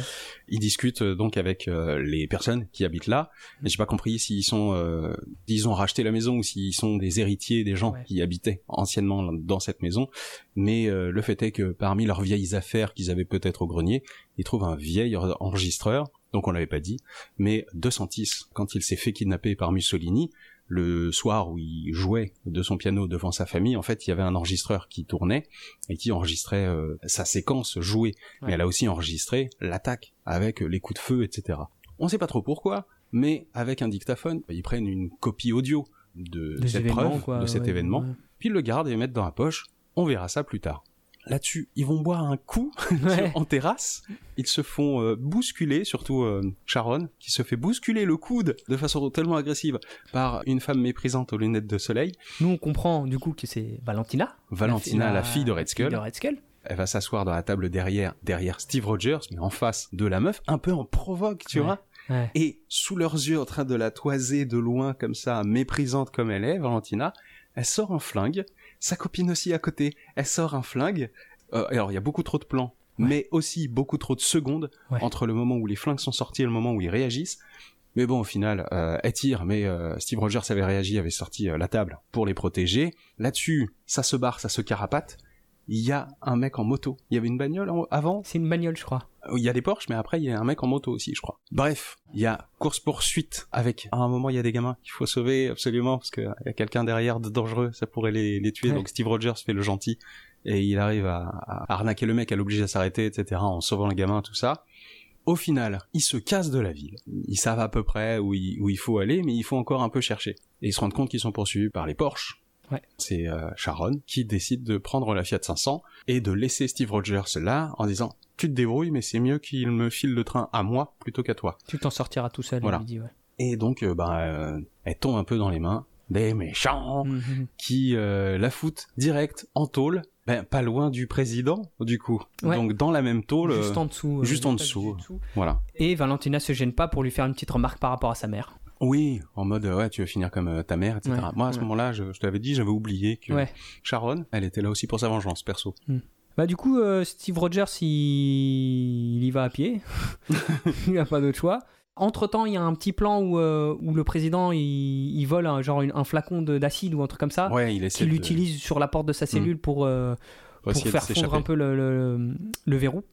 Speaker 2: Il discute euh, donc avec euh, les personnes qui habitent là. Et J'ai pas compris s'ils sont, euh, ils ont racheté la maison ou s'ils sont des héritiers des gens
Speaker 1: Ouais.
Speaker 2: qui habitaient anciennement dans cette maison. Mais euh, le fait est que parmi leurs vieilles affaires qu'ils avaient peut-être au grenier, ils trouvent un vieil or- enregistreur. Donc on l'avait pas dit, mais De Santis, quand il s'est fait kidnapper par Mussolini, le soir où il jouait de son piano devant sa famille, en fait, il y avait un enregistreur qui tournait et qui enregistrait euh, sa séquence jouée
Speaker 1: Ouais.
Speaker 2: mais elle a aussi enregistré l'attaque avec les coups de feu, etc. On sait pas trop pourquoi, mais avec un dictaphone, ils prennent une copie audio de
Speaker 1: Des
Speaker 2: cette
Speaker 1: événements,
Speaker 2: preuve,
Speaker 1: quoi,
Speaker 2: de cet
Speaker 1: ouais,
Speaker 2: événement, puis ils le gardent et le mettent dans la poche. On verra ça plus tard. Là-dessus, ils vont boire un coup (laughs)
Speaker 1: ouais. Ouais.
Speaker 2: en terrasse. Ils se font euh, bousculer, surtout euh, Sharon, qui se fait bousculer le coude de façon tellement agressive par une femme méprisante aux lunettes de soleil,
Speaker 1: Nous on comprend du coup que c'est Valentina,
Speaker 2: Valentina,
Speaker 1: la-
Speaker 2: la fille de Red
Speaker 1: fille
Speaker 2: Skull.
Speaker 1: de Red Skull.
Speaker 2: Elle va s'asseoir dans la table derrière, derrière Steve Rogers, mais en face de la meuf, un peu en provoque, tu
Speaker 1: Ouais.
Speaker 2: vois.
Speaker 1: Ouais.
Speaker 2: Et sous leurs yeux, en train de la toiser de loin comme ça, méprisante comme elle est, Valentina, elle sort un flingue. Sa copine aussi à côté, elle sort un flingue. Euh, alors, il y a beaucoup trop de plans,
Speaker 1: Ouais.
Speaker 2: mais aussi beaucoup trop de secondes
Speaker 1: Ouais.
Speaker 2: entre le moment où les flingues sont sortis et le moment où ils réagissent. Mais bon, au final, euh, elle tire, mais euh, Steve Rogers avait réagi, avait sorti euh, la table pour les protéger. Là-dessus, ça se barre, ça se carapate. Il y a un mec en moto. Il y avait une bagnole en- avant
Speaker 1: C'est une bagnole, je crois.
Speaker 2: Euh, il y a des Porsche, mais après, il y a un mec en moto aussi, je crois. Bref, il y a course-poursuite avec, à un moment, il y a des gamins qu'il faut sauver absolument parce qu'il y a quelqu'un derrière de dangereux, ça pourrait les, les tuer.
Speaker 1: Ouais.
Speaker 2: Donc Steve Rogers fait le gentil et il arrive à, à arnaquer le mec, à l'obliger à s'arrêter, etc., en sauvant le gamin, tout ça. Au final, ils se cassent de la ville. Ils savent à peu près où il, où il faut aller, mais il faut encore un peu chercher. Et ils se rendent compte qu'ils sont poursuivis par les Porsche.
Speaker 1: Ouais.
Speaker 2: C'est euh, Sharon qui décide de prendre la Fiat 500 et de laisser Steve Rogers là en disant tu te débrouilles mais c'est mieux qu'il me file le train à moi plutôt qu'à toi.
Speaker 1: Tu t'en sortiras tout seul,
Speaker 2: Voilà.
Speaker 1: il lui dit, ouais.
Speaker 2: Et donc euh, bah, euh, elle tombe un peu dans les mains des méchants
Speaker 1: Mhm.
Speaker 2: qui euh, la foutent direct en tôle, ben, pas loin du président du coup.
Speaker 1: Ouais.
Speaker 2: Donc dans la même tôle, euh,
Speaker 1: Juste en dessous.
Speaker 2: juste
Speaker 1: pas
Speaker 2: en
Speaker 1: du
Speaker 2: dessous.
Speaker 1: tout.
Speaker 2: voilà.
Speaker 1: Et Valentina se gêne pas pour lui faire une petite remarque par rapport à sa mère.
Speaker 2: Oui, en mode euh, ouais tu veux finir comme euh, ta mère, etc.
Speaker 1: Ouais,
Speaker 2: Moi à ce
Speaker 1: ouais.
Speaker 2: moment-là je, je t'avais dit j'avais oublié que
Speaker 1: Ouais.
Speaker 2: Sharon elle était là aussi pour sa vengeance perso.
Speaker 1: Bah du
Speaker 2: (laughs)
Speaker 1: coup, euh, Steve Rogers, (laughs) il... il y va à pied. il a pas d'autre choix. Entre-temps, il y a un petit plan où, euh, où le président, il, il vole un, genre une- un flacon de- d'acide ou un truc comme ça,
Speaker 2: Ouais, il essaie
Speaker 1: qu'il utilise sur la porte de sa cellule pour, euh,
Speaker 2: de,
Speaker 1: pour
Speaker 2: essayer de
Speaker 1: faire fondre
Speaker 2: s'échapper.
Speaker 1: un peu le, le- le verrou.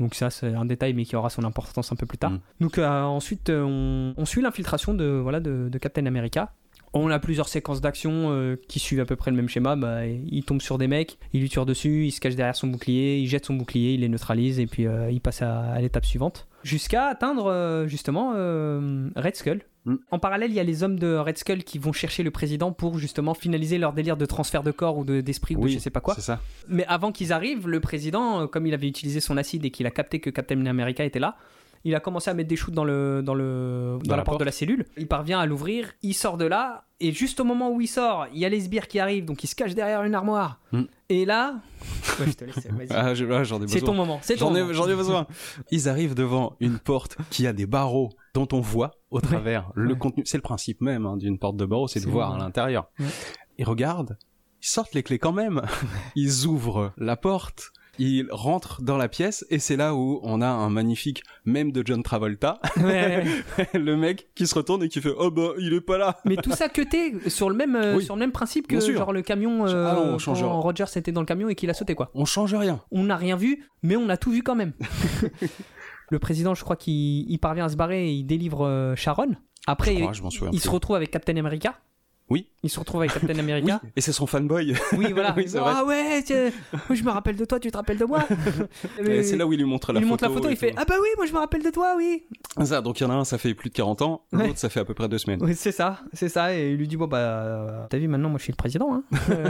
Speaker 1: Donc ça, c'est un détail, mais qui aura son importance un peu plus tard.
Speaker 2: Mm.
Speaker 1: Donc euh, ensuite, euh, on, on suit l'infiltration de, voilà, de, de Captain America. On a plusieurs séquences d'action euh, qui suivent à peu près le même schéma. Bah, il tombe sur des mecs, il lui tire dessus, il se cache derrière son bouclier, il jette son bouclier, il les neutralise et puis euh, il passe à, à l'étape suivante. Jusqu'à atteindre euh, justement euh, Red Skull.
Speaker 2: Mm.
Speaker 1: En parallèle, il y a les hommes de Red Skull qui vont chercher le président pour justement finaliser leur délire de transfert de corps ou de- d'esprit ou de
Speaker 2: Oui,
Speaker 1: je sais pas quoi.
Speaker 2: C'est ça.
Speaker 1: Mais avant qu'ils arrivent, le président, euh, comme il avait utilisé son acide et qu'il a capté que Captain America était là, il a commencé à mettre des shoots dans, le, dans, le, dans, la, porte de la cellule. Il parvient à l'ouvrir, il sort de là, et juste au moment où il sort, il y a les sbires qui arrivent, donc il se cache derrière une armoire.
Speaker 2: Mm.
Speaker 1: Et là. (laughs) Ouais, je te laisse, vas-y.
Speaker 2: Ah, je- ah, j'en ai
Speaker 1: c'est ton
Speaker 2: besoin.
Speaker 1: moment, c'est ton
Speaker 2: J'en ai,
Speaker 1: moment.
Speaker 2: j'en ai besoin. Ils arrivent devant une porte qui a des barreaux dont on voit au travers le
Speaker 1: Ouais.
Speaker 2: contenu. C'est le principe même hein, d'une porte de barreaux, c'est de
Speaker 1: C'est
Speaker 2: voir
Speaker 1: vrai.
Speaker 2: à l'intérieur.
Speaker 1: Ouais.
Speaker 2: Ils regardent, ils sortent les clés
Speaker 1: (laughs)
Speaker 2: quand même. Ils ouvrent la porte. Ils rentrent dans la pièce et c'est là où on a un magnifique mème de John Travolta,
Speaker 1: (laughs)
Speaker 2: (laughs)
Speaker 1: Ouais, ouais.
Speaker 2: le mec qui se retourne et qui fait oh bah il est pas là.
Speaker 1: Mais tout ça que t'es sur, le même, euh,
Speaker 2: Oui.
Speaker 1: sur le même principe que
Speaker 2: Bien sûr.
Speaker 1: genre le camion. euh,
Speaker 2: Ah non, on change.
Speaker 1: quand Rogers était dans le camion et qu'il a sauté, quoi.
Speaker 2: On change rien.
Speaker 1: on n'a rien vu, mais on a tout vu quand
Speaker 2: (laughs)
Speaker 1: même. le président, je crois qu'il il parvient à se barrer et il délivre euh, Sharon. Après,
Speaker 2: Je
Speaker 1: il,
Speaker 2: crois, je m'en souviens.
Speaker 1: il se
Speaker 2: plus.
Speaker 1: retrouve avec Captain America.
Speaker 2: Oui.
Speaker 1: Il se retrouve avec
Speaker 2: (laughs)
Speaker 1: Captain
Speaker 2: Oui,
Speaker 1: America.
Speaker 2: et c'est son fanboy.
Speaker 1: Oui, voilà.
Speaker 2: (laughs) Oui, c'est vrai.
Speaker 1: ah ouais, tiens, moi, je me rappelle de toi, tu te rappelles de
Speaker 2: (laughs)
Speaker 1: moi. Euh,
Speaker 2: Et c'est là où il lui montre la
Speaker 1: il
Speaker 2: photo.
Speaker 1: lui montre la photo,
Speaker 2: et
Speaker 1: il fait
Speaker 2: tout.
Speaker 1: Ah bah oui, moi je me rappelle de toi, oui.
Speaker 2: Ça, donc il y en a un, ça fait plus de 40 ans, l'autre,
Speaker 1: Ouais.
Speaker 2: ça fait à peu près deux semaines.
Speaker 1: Oui, c'est ça, c'est ça. Et il lui dit Bon, bah, euh, t'as vu, maintenant, moi, je suis le président.
Speaker 2: (laughs)
Speaker 1: Hein. (laughs) Euh,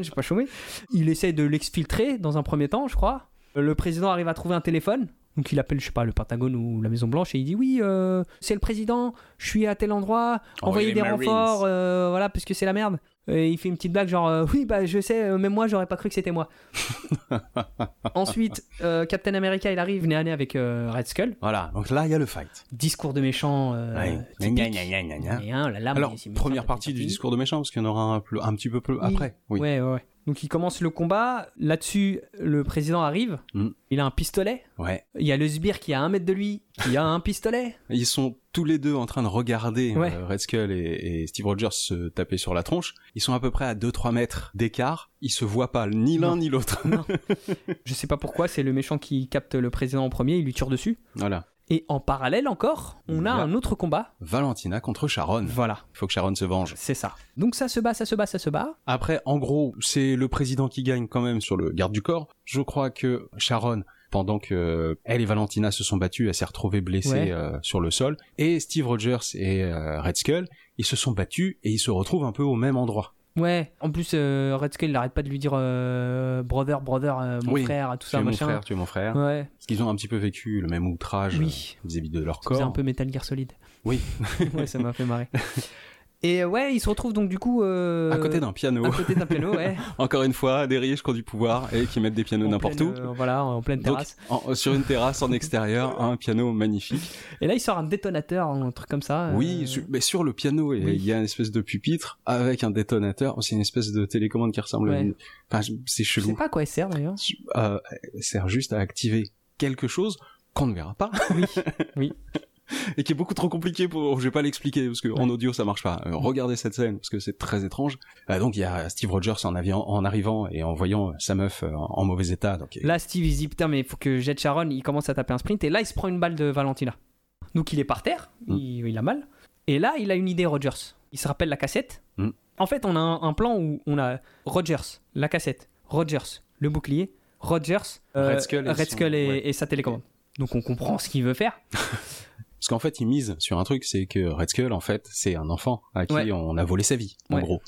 Speaker 1: J'ai pas chômé. Il essaye de l'exfiltrer dans un premier temps, je crois. Le président arrive à trouver un téléphone. Donc, il appelle, je sais pas, le Pentagone ou la Maison-Blanche et il dit Oui, euh, c'est le président, je suis à tel endroit,
Speaker 2: Envoyez
Speaker 1: envoyez
Speaker 2: Oh, les
Speaker 1: des
Speaker 2: Marines.
Speaker 1: renforts, euh, voilà, parce que c'est la merde. Et il fait une petite blague genre euh, Oui, bah, je sais, euh, même moi, j'aurais pas cru que c'était
Speaker 2: (laughs)
Speaker 1: moi. Ensuite, euh, Captain America, il arrive nez à nez avec euh, Red Skull.
Speaker 2: Voilà, donc là, il y a le fight.
Speaker 1: Discours de méchant. euh,
Speaker 2: Ouais.
Speaker 1: typique.
Speaker 2: Gna, gna, gna, gna, gna.
Speaker 1: Mais, hein, là, là,
Speaker 2: Alors,
Speaker 1: mais c'est méchant,
Speaker 2: première
Speaker 1: t'as
Speaker 2: partie
Speaker 1: pas
Speaker 2: du
Speaker 1: fini.
Speaker 2: discours de méchant, parce qu'il y en aura un, peu- un petit peu plus
Speaker 1: Oui.
Speaker 2: après. Oui.
Speaker 1: Ouais, ouais, ouais. Donc il commence le combat. Là-dessus, le président arrive.
Speaker 2: Mm.
Speaker 1: Il a un pistolet.
Speaker 2: Ouais.
Speaker 1: Il y a le sbire qui est à un mètre de lui, qui a un
Speaker 2: (laughs)
Speaker 1: pistolet.
Speaker 2: Ils sont tous les deux en train de regarder
Speaker 1: Ouais.
Speaker 2: euh, Red Skull et, et Steve Rogers se taper sur la tronche. Ils sont à peu près à 2-3 mètres d'écart. Ils se voient pas, ni l'un
Speaker 1: Non.
Speaker 2: ni l'autre. (laughs)
Speaker 1: Je sais pas pourquoi, c'est le méchant qui capte le président en premier, il lui tire dessus.
Speaker 2: voilà.
Speaker 1: Et en parallèle encore, on a
Speaker 2: Là.
Speaker 1: un autre combat.
Speaker 2: Valentina contre Sharon.
Speaker 1: Voilà,
Speaker 2: Faut que Sharon se venge.
Speaker 1: c'est ça. Donc ça se bat, ça se bat, ça se bat.
Speaker 2: Après, en gros, c'est le président qui gagne quand même sur le garde du corps. Je crois que Sharon, pendant que euh, elle et Valentina se sont battues, elle s'est retrouvée blessée
Speaker 1: Ouais.
Speaker 2: euh, sur le sol. Et Steve Rogers et euh, Red Skull, ils se sont battus et ils se retrouvent un peu au même endroit.
Speaker 1: Ouais, en plus, euh, Red Skull, il arrête pas de lui dire euh, brother, brother, euh, mon
Speaker 2: Oui,
Speaker 1: frère, tout
Speaker 2: Tu
Speaker 1: ça,
Speaker 2: es mon
Speaker 1: machin.
Speaker 2: frère, tu es mon frère.
Speaker 1: Ouais,
Speaker 2: Parce qu'ils ont un petit peu vécu le même outrage
Speaker 1: oui.
Speaker 2: euh, vis-à-vis de leur
Speaker 1: C'est un
Speaker 2: corps.
Speaker 1: peu Metal Gear Solid.
Speaker 2: Oui.
Speaker 1: (laughs) ouais, ça m'a fait marrer. Et euh, ouais, il se retrouve donc du coup. euh,
Speaker 2: À côté d'un piano,
Speaker 1: À côté d'un piano, ouais.
Speaker 2: (laughs) encore une fois, des riches qui ont du pouvoir et qui mettent des pianos
Speaker 1: En
Speaker 2: n'importe où.
Speaker 1: pleine, euh, voilà, en pleine
Speaker 2: Donc,
Speaker 1: terrasse.
Speaker 2: en- sur une terrasse en extérieur, un piano magnifique.
Speaker 1: Et là, il sort un détonateur, un truc comme ça. euh,
Speaker 2: Oui, sur, mais sur le piano, et il
Speaker 1: oui.
Speaker 2: y a une espèce de pupitre avec un détonateur. C'est une espèce de télécommande qui ressemble. à
Speaker 1: Ouais.
Speaker 2: une- Enfin, je- c'est
Speaker 1: Je sais
Speaker 2: chelou.
Speaker 1: pas à quoi il sert d'ailleurs.
Speaker 2: Euh, elle sert juste à activer quelque chose qu'on ne verra pas.
Speaker 1: Oui, oui.
Speaker 2: (laughs) et qui est beaucoup trop compliqué pour. Je vais pas l'expliquer parce que en audio ça marche pas. Euh, regardez cette scène parce que c'est très étrange. Euh, donc il y a Steve Rogers en, avion- en arrivant et en voyant sa meuf euh, en, en mauvais état. Donc
Speaker 1: Là, Steve, il se dit putain, mais faut que jette Sharon. Il commence à taper un sprint. Et là, il se prend une balle de Valentina. Donc, il est par terre.
Speaker 2: Mm.
Speaker 1: Il, il a mal. Et là, il a une idée, Rogers. Il se rappelle la cassette.
Speaker 2: Mm.
Speaker 1: En fait, on a un, un plan où on a Rogers, la cassette, Rogers, le bouclier, Rogers,
Speaker 2: Red Skull et
Speaker 1: Red
Speaker 2: son-
Speaker 1: Skull et-
Speaker 2: ouais.
Speaker 1: et sa télécommande. Donc, on comprend ce qu'il veut faire.
Speaker 2: Parce qu'en fait, ils misent sur un truc, c'est que Red Skull, en fait, c'est un enfant à qui
Speaker 1: Ouais.
Speaker 2: on a volé sa vie, en
Speaker 1: Ouais.
Speaker 2: gros.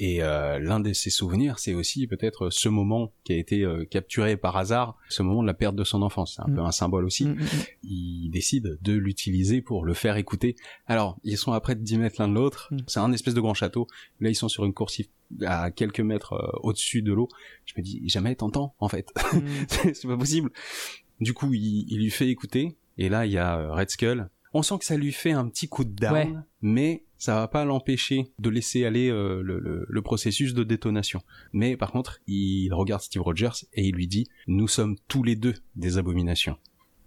Speaker 2: Et euh, l'un de ses souvenirs, c'est aussi peut-être ce moment qui a été euh, capturé par hasard, ce moment de la perte de son enfance. C'est un
Speaker 1: Mm.
Speaker 2: peu un symbole aussi.
Speaker 1: Mm, mm, mm.
Speaker 2: Ils décident de l'utiliser pour le faire écouter. Alors, ils sont à près de 10 mètres l'un de l'autre.
Speaker 1: Mm.
Speaker 2: C'est un espèce de grand château. Là, ils sont sur une coursive à quelques mètres euh, au-dessus de l'eau. Je me dis, jamais t'entends, en fait.
Speaker 1: Mm.
Speaker 2: (laughs) c'est c'est pas possible. Du coup, il, il lui fait écouter, et là, il y a euh, Red Skull. On sent que ça lui fait un petit coup de (laughs) down,
Speaker 1: Ouais.
Speaker 2: mais ça va pas l'empêcher de laisser aller euh, le, le- le processus de détonation. Mais par contre, il regarde Steve Rogers et il lui dit Nous sommes tous les deux des abominations.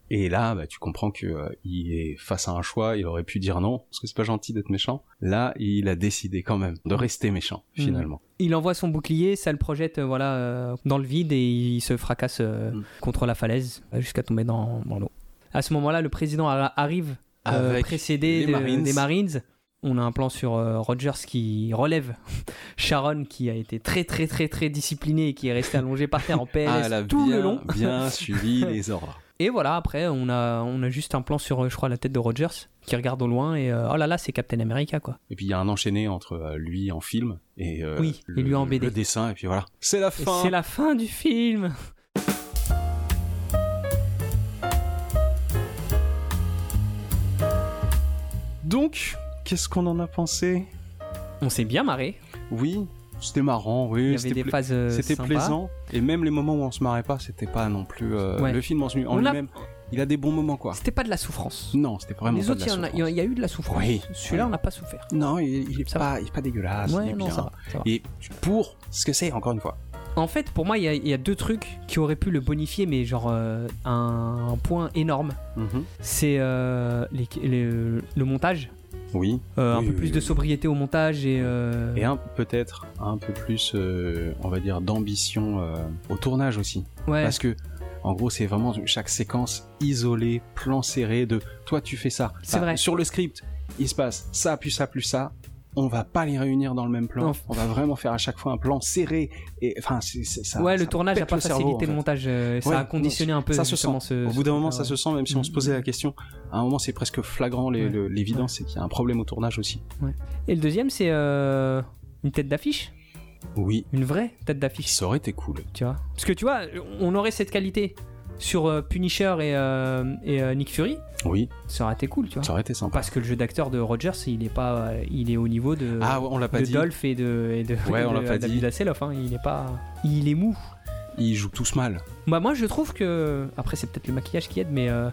Speaker 2: Et là, bah, tu comprends que euh, il est face à un choix. Il aurait pu dire non, parce que c'est pas gentil d'être méchant. Là, il a décidé quand même de rester méchant
Speaker 1: Mhm.
Speaker 2: finalement.
Speaker 1: Il envoie son bouclier, ça le projette euh, voilà, euh, dans le vide et il se fracasse euh,
Speaker 2: Mm.
Speaker 1: contre la falaise euh, jusqu'à tomber dans, dans l'eau. À ce moment-là, le président arri- arrive euh,
Speaker 2: Avec les
Speaker 1: précédé de-
Speaker 2: Marines.
Speaker 1: des Marines. On a un plan sur euh, Rogers qui relève (laughs) Sharon qui a été très très très très disciplinée et qui est restée allongée par
Speaker 2: (laughs)
Speaker 1: terre en PLS
Speaker 2: Ah, elle a
Speaker 1: tout
Speaker 2: bien,
Speaker 1: le long.
Speaker 2: bien suivi
Speaker 1: (laughs)
Speaker 2: les ordres.
Speaker 1: Et voilà, après on a, on a juste un plan sur, euh, je crois, la tête de Rogers qui regarde au loin et euh, oh là là, c'est Captain America quoi.
Speaker 2: Et puis il y a un enchaîné entre euh, lui en film et, euh,
Speaker 1: Oui,
Speaker 2: le,
Speaker 1: et lui en BD.
Speaker 2: le dessin. Et puis voilà. C'est la
Speaker 1: Et
Speaker 2: fin.
Speaker 1: c'est la fin du film.
Speaker 2: Donc, qu'est-ce qu'on en a pensé
Speaker 1: On s'est bien marré.
Speaker 2: Oui, c'était
Speaker 1: Il
Speaker 2: marrant.
Speaker 1: y
Speaker 2: Oui,
Speaker 1: avait
Speaker 2: c'était
Speaker 1: des
Speaker 2: pla-
Speaker 1: phases euh,
Speaker 2: c'était
Speaker 1: sympas.
Speaker 2: plaisant. Et même les moments où on se marrait pas, c'était pas non plus euh,
Speaker 1: Ouais.
Speaker 2: le film en, en
Speaker 1: On a-
Speaker 2: lui-même. Il a des bons moments quoi.
Speaker 1: C'était pas de la souffrance.
Speaker 2: Non, c'était vraiment
Speaker 1: Les
Speaker 2: pas
Speaker 1: autres,
Speaker 2: de
Speaker 1: il y
Speaker 2: la
Speaker 1: en a- il y,
Speaker 2: souffrance.
Speaker 1: a eu de la souffrance.
Speaker 2: Oui.
Speaker 1: Celui-là,
Speaker 2: Oui.
Speaker 1: on n'a pas souffert.
Speaker 2: Non, il, il est
Speaker 1: Ça
Speaker 2: pas, il est pas dégueulasse. il
Speaker 1: ouais,
Speaker 2: est
Speaker 1: non,
Speaker 2: bien.
Speaker 1: ça va, ça va.
Speaker 2: Et pour ce que c'est, encore une fois.
Speaker 1: En fait, pour moi, il y, a- il y a deux trucs qui auraient pu le bonifier, mais genre euh, un, un point énorme.
Speaker 2: Mhm.
Speaker 1: C'est euh, les- les- le montage.
Speaker 2: Oui.
Speaker 1: Euh, un
Speaker 2: Oui,
Speaker 1: peu
Speaker 2: oui,
Speaker 1: plus
Speaker 2: oui,
Speaker 1: de
Speaker 2: oui.
Speaker 1: sobriété au montage et. euh,
Speaker 2: Et un peut-être un peu plus, euh, on va dire, d'ambition euh, au tournage aussi.
Speaker 1: ouais.
Speaker 2: Parce que, en gros, c'est vraiment chaque séquence isolée, plan serré de toi tu fais ça.
Speaker 1: C'est vrai.
Speaker 2: Sur le script, il se passe ça, puis ça, plus ça. On va pas les réunir dans le même plan.
Speaker 1: Non.
Speaker 2: On va vraiment faire à chaque fois un plan serré. Et enfin, c'est c'est- ça.
Speaker 1: ouais, le
Speaker 2: ça
Speaker 1: tournage n'a
Speaker 2: pète
Speaker 1: pas
Speaker 2: le cerveau,
Speaker 1: facilité euh,
Speaker 2: en fait.
Speaker 1: le montage. euh,
Speaker 2: Ouais,
Speaker 1: ça a conditionné un peu.
Speaker 2: ça se
Speaker 1: justement ce-
Speaker 2: Au
Speaker 1: ce
Speaker 2: bout d'un moment,
Speaker 1: truc-là,
Speaker 2: ça se sent, même si on se posait la question. À un moment, c'est presque flagrant les-
Speaker 1: Mm, Ouais.
Speaker 2: le- l'évidence, c'est qu'il y a un problème au tournage aussi.
Speaker 1: ouais. Et le deuxième, c'est euh, une tête d'affiche.
Speaker 2: Oui,
Speaker 1: Une vraie tête d'affiche.
Speaker 2: ça aurait été cool.
Speaker 1: tu vois. Parce que tu vois, on aurait cette qualité sur euh, Punisher et, euh, et, euh, Nick Fury,
Speaker 2: Oui,
Speaker 1: ça aurait été cool, tu vois.
Speaker 2: ça aurait été sympa.
Speaker 1: Ah. Parce que le jeu d'acteur de Rogers, il est pas, euh, il est au niveau de,
Speaker 2: Ah, ouais, on l'a pas
Speaker 1: de
Speaker 2: dit.
Speaker 1: Dolph et de, et de,
Speaker 2: Ouais,
Speaker 1: et
Speaker 2: on
Speaker 1: de
Speaker 2: l'a pas dit.
Speaker 1: David Hasselhoff, hein. Il est pas, il est mou.
Speaker 2: Ils jouent tous mal.
Speaker 1: Bah moi, je trouve que après, c'est peut-être le maquillage qui aide, mais euh,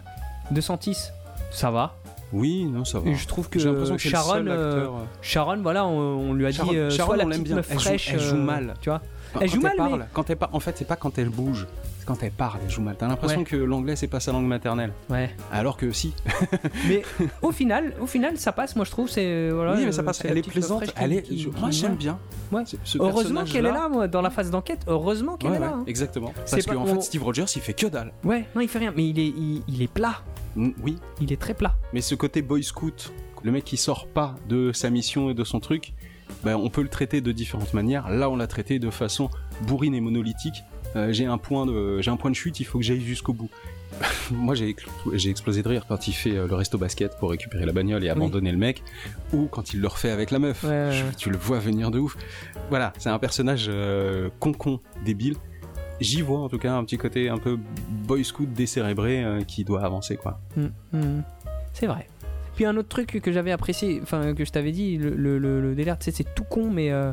Speaker 1: 210, ça va.
Speaker 2: Oui, non, ça va.
Speaker 1: Et je trouve que
Speaker 2: Bah, J'ai l'impression que c'est le
Speaker 1: Sharon,
Speaker 2: seul acteur, euh,
Speaker 1: euh, Sharon, voilà, on, on lui a
Speaker 2: Sharon-
Speaker 1: dit, euh,
Speaker 2: Sharon,
Speaker 1: sois la
Speaker 2: on l'aime
Speaker 1: petite
Speaker 2: bien.
Speaker 1: meuf
Speaker 2: Elle joue-
Speaker 1: fraîche,
Speaker 2: elle joue
Speaker 1: euh,
Speaker 2: mal.
Speaker 1: tu vois.
Speaker 2: quand
Speaker 1: elle joue mal,
Speaker 2: parle, quand elle parle, en fait, c'est pas quand elle bouge, c'est quand elle parle, elle joue mal. T'as l'impression
Speaker 1: Ouais.
Speaker 2: que l'anglais c'est pas sa langue maternelle,
Speaker 1: Ouais.
Speaker 2: alors que si.
Speaker 1: Mais au final, au final, ça passe. Moi, je trouve, c'est voilà.
Speaker 2: oui, mais ça
Speaker 1: euh,
Speaker 2: passe.
Speaker 1: c'est la
Speaker 2: Elle est
Speaker 1: petite
Speaker 2: plaisante.
Speaker 1: fraîche qui-
Speaker 2: Elle est.
Speaker 1: qui-
Speaker 2: je-
Speaker 1: qui-
Speaker 2: Moi, j'aime
Speaker 1: ouais.
Speaker 2: bien.
Speaker 1: Ouais.
Speaker 2: ce- ce
Speaker 1: Heureusement qu'elle est là,
Speaker 2: personnage-là.
Speaker 1: moi, dans la phase d'enquête. Heureusement qu'elle
Speaker 2: Ouais,
Speaker 1: est
Speaker 2: ouais,
Speaker 1: là. hein.
Speaker 2: exactement.
Speaker 1: C'est
Speaker 2: Parce
Speaker 1: pas-
Speaker 2: qu'en
Speaker 1: on-
Speaker 2: fait, Steve Rogers, il fait que dalle.
Speaker 1: Ouais. Non, il fait rien. Mais il est, il, il est plat.
Speaker 2: Mm, Oui,
Speaker 1: Il est très plat.
Speaker 2: mais ce côté boy scout, le mec qui sort pas de sa mission et de son truc, ben, on peut le traiter de différentes manières. Là, on l'a traité de façon bourrine et monolithique. Euh, j'ai un point de, j'ai un point de chute, il faut que j'aille jusqu'au bout. (laughs) Moi, j'ai, écl- j'ai explosé de rire quand il fait euh, le resto basket pour récupérer la bagnole et abandonner le mec, ou quand il le refait avec la meuf.
Speaker 1: Ouais, ouais,
Speaker 2: Je-
Speaker 1: ouais.
Speaker 2: tu le vois venir de ouf. Voilà, c'est un personnage euh, con-con, débile. J'y vois en tout cas un petit côté un peu boy scout décérébré euh, qui doit avancer quoi.
Speaker 1: Mm, mm. C'est vrai. Puis un autre truc que j'avais apprécié, enfin que je t'avais dit, le, le, le- le délire, tu sais, c'est tout con, mais euh,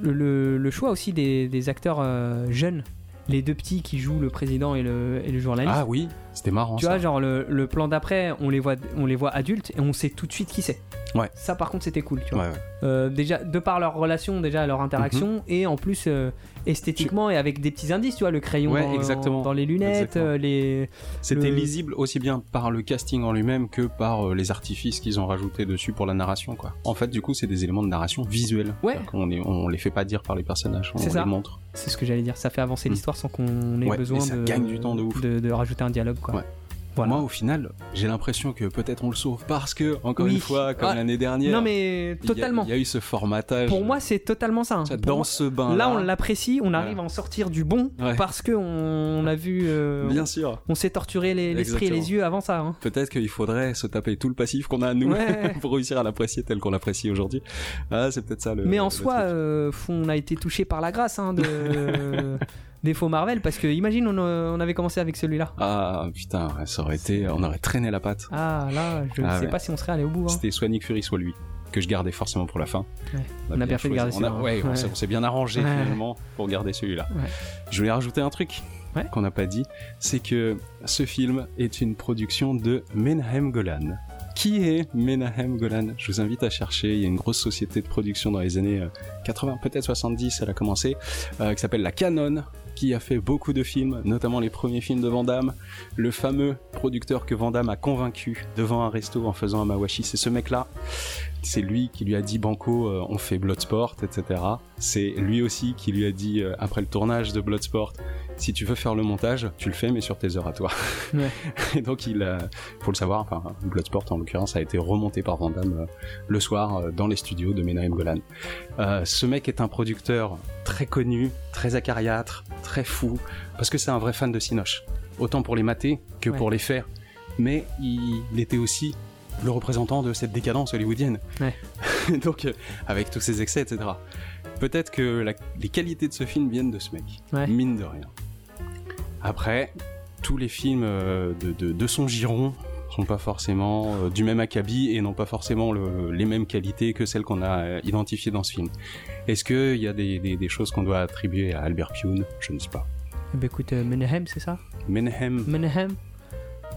Speaker 1: le, le- le choix aussi des, des acteurs euh, jeunes, les deux petits qui jouent le président et le, et le journaliste.
Speaker 2: Ah oui, c'était marrant.
Speaker 1: Tu
Speaker 2: ça.
Speaker 1: vois, genre le, le plan d'après, on les voit, on les voit adultes et on sait tout de suite qui c'est.
Speaker 2: Ouais.
Speaker 1: Ça, par contre, c'était cool. Tu vois.
Speaker 2: Ouais, ouais.
Speaker 1: Euh, déjà, de par leur relation, déjà leur
Speaker 2: Mhm.
Speaker 1: interaction et en plus euh, esthétiquement et avec des petits indices, tu vois, le crayon
Speaker 2: Ouais,
Speaker 1: dans,
Speaker 2: exactement.
Speaker 1: dans les lunettes,
Speaker 2: Exactement.
Speaker 1: euh, les.
Speaker 2: C'était
Speaker 1: Le-
Speaker 2: lisible aussi bien par le casting en lui-même que par euh, les artifices qu'ils ont rajoutés dessus pour la narration quoi. En fait, du coup, c'est des éléments de narration visuelle.
Speaker 1: Ouais.
Speaker 2: On, les, on les fait pas dire par les personnages, on
Speaker 1: C'est
Speaker 2: les
Speaker 1: ça.
Speaker 2: montre.
Speaker 1: C'est ce que j'allais dire. Ça fait avancer
Speaker 2: Mm.
Speaker 1: l'histoire sans qu'on ait
Speaker 2: Ouais,
Speaker 1: besoin
Speaker 2: et ça
Speaker 1: de,
Speaker 2: gagne du temps de ouf.
Speaker 1: de- de rajouter un dialogue. Quoi.
Speaker 2: Ouais.
Speaker 1: Voilà.
Speaker 2: Moi, au final, j'ai l'impression que peut-être on le sauve parce que encore
Speaker 1: Oui.
Speaker 2: une fois, comme
Speaker 1: Ah,
Speaker 2: l'année dernière,
Speaker 1: non mais
Speaker 2: il y a-
Speaker 1: totalement.
Speaker 2: Il y, a eu ce formatage.
Speaker 1: Pour moi, c'est totalement ça. hein.
Speaker 2: Ça,
Speaker 1: Pour
Speaker 2: dans
Speaker 1: moi,
Speaker 2: ce bain
Speaker 1: Là, on l'apprécie, on arrive
Speaker 2: Voilà.
Speaker 1: à en sortir du bon
Speaker 2: Ouais.
Speaker 1: parce que on a vu, euh,
Speaker 2: Bien sûr.
Speaker 1: on s'est torturé les- l'esprit et les
Speaker 2: Exactement.
Speaker 1: yeux avant ça. hein.
Speaker 2: Peut-être qu'il faudrait se taper tout le passif qu'on a à nous Euh,
Speaker 1: Ouais.
Speaker 2: (laughs) pour réussir à l'apprécier tel qu'on l'apprécie aujourd'hui. Ah, c'est peut-être ça le.
Speaker 1: Mais en
Speaker 2: le
Speaker 1: soi,
Speaker 2: truc.
Speaker 1: euh, faut- on a été touché par la grâce hein,
Speaker 2: (laughs)
Speaker 1: de... des faux Marvel parce que imagine, on, euh, on avait commencé avec celui-là.
Speaker 2: Ah putain, ça aurait été, on aurait traîné la patte.
Speaker 1: Ah là, je ne
Speaker 2: Ah
Speaker 1: sais
Speaker 2: ouais.
Speaker 1: pas si on serait allé au bout. hein.
Speaker 2: C'était soit Nick Fury, soit lui, que je gardais forcément pour la fin.
Speaker 1: Ouais. On a bien fait de garder
Speaker 2: choisi. On a-
Speaker 1: celui-là.
Speaker 2: Ouais, on
Speaker 1: Ouais.
Speaker 2: s'est- on s'est bien arrangé
Speaker 1: Ouais.
Speaker 2: finalement pour garder celui-là.
Speaker 1: Ouais.
Speaker 2: Je voulais rajouter un truc
Speaker 1: Ouais.
Speaker 2: qu'on n'a pas dit, c'est que ce film est une production de Menahem Golan. Qui est Menahem Golan Je vous invite à chercher. Il y a une grosse société de production dans les années euh, 80, peut-être 70, elle a commencé, euh, qui s'appelle la Canon, qui a fait beaucoup de films, notamment les premiers films de Van Damme, le fameux producteur que Van Damme a convaincu devant un resto en faisant un mawashi, c'est ce mec-là. C'est lui qui lui a dit Banco, euh, on fait Bloodsport, etc. C'est lui aussi qui lui a dit, euh, après le tournage de Bloodsport, si tu veux faire le montage, tu le fais, mais sur tes heures à toi.
Speaker 1: Ouais.
Speaker 2: (laughs) Et donc, il a- faut le savoir, enfin, Bloodsport en l'occurrence a été remonté par Van Damme euh, le soir euh, dans les studios de Menahem Golan. Euh, ce mec est un producteur très connu, très acariâtre, très fou, parce que c'est un vrai fan de Cinoche. Autant pour les mater que
Speaker 1: Ouais.
Speaker 2: pour les faire. Mais il était aussi le représentant de cette décadence hollywoodienne.
Speaker 1: Ouais.
Speaker 2: (laughs) Donc, euh, avec tous ses excès, etc. Peut-être que la- les qualités de ce film viennent de ce mec,
Speaker 1: Ouais.
Speaker 2: mine de rien. Après, tous les films euh, de, de- de son giron sont pas forcément euh, du même acabit et n'ont pas forcément le- les mêmes qualités que celles qu'on a euh, identifiées dans ce film. Est-ce qu'il y a des, des- des choses qu'on doit attribuer à Albert Pune Je ne sais pas.
Speaker 1: Eh ben, écoute, euh, Menahem, c'est ça
Speaker 2: Menahem
Speaker 1: Menahem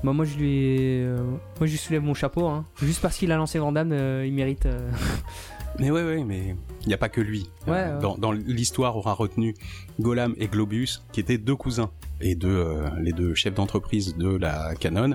Speaker 1: Bah, moi, je lui, euh, moi, je lui soulève mon chapeau. hein. Juste parce qu'il a lancé Van Damme, euh, il mérite.
Speaker 2: (laughs)
Speaker 1: euh,
Speaker 2: Mais ouais, ouais, mais il n'y a pas que lui.
Speaker 1: Ouais,
Speaker 2: Euh,
Speaker 1: ouais.
Speaker 2: Dans, dans l'histoire, aura retenu Golam et Globus, qui étaient deux cousins et deux, euh, les deux chefs d'entreprise de la Canon.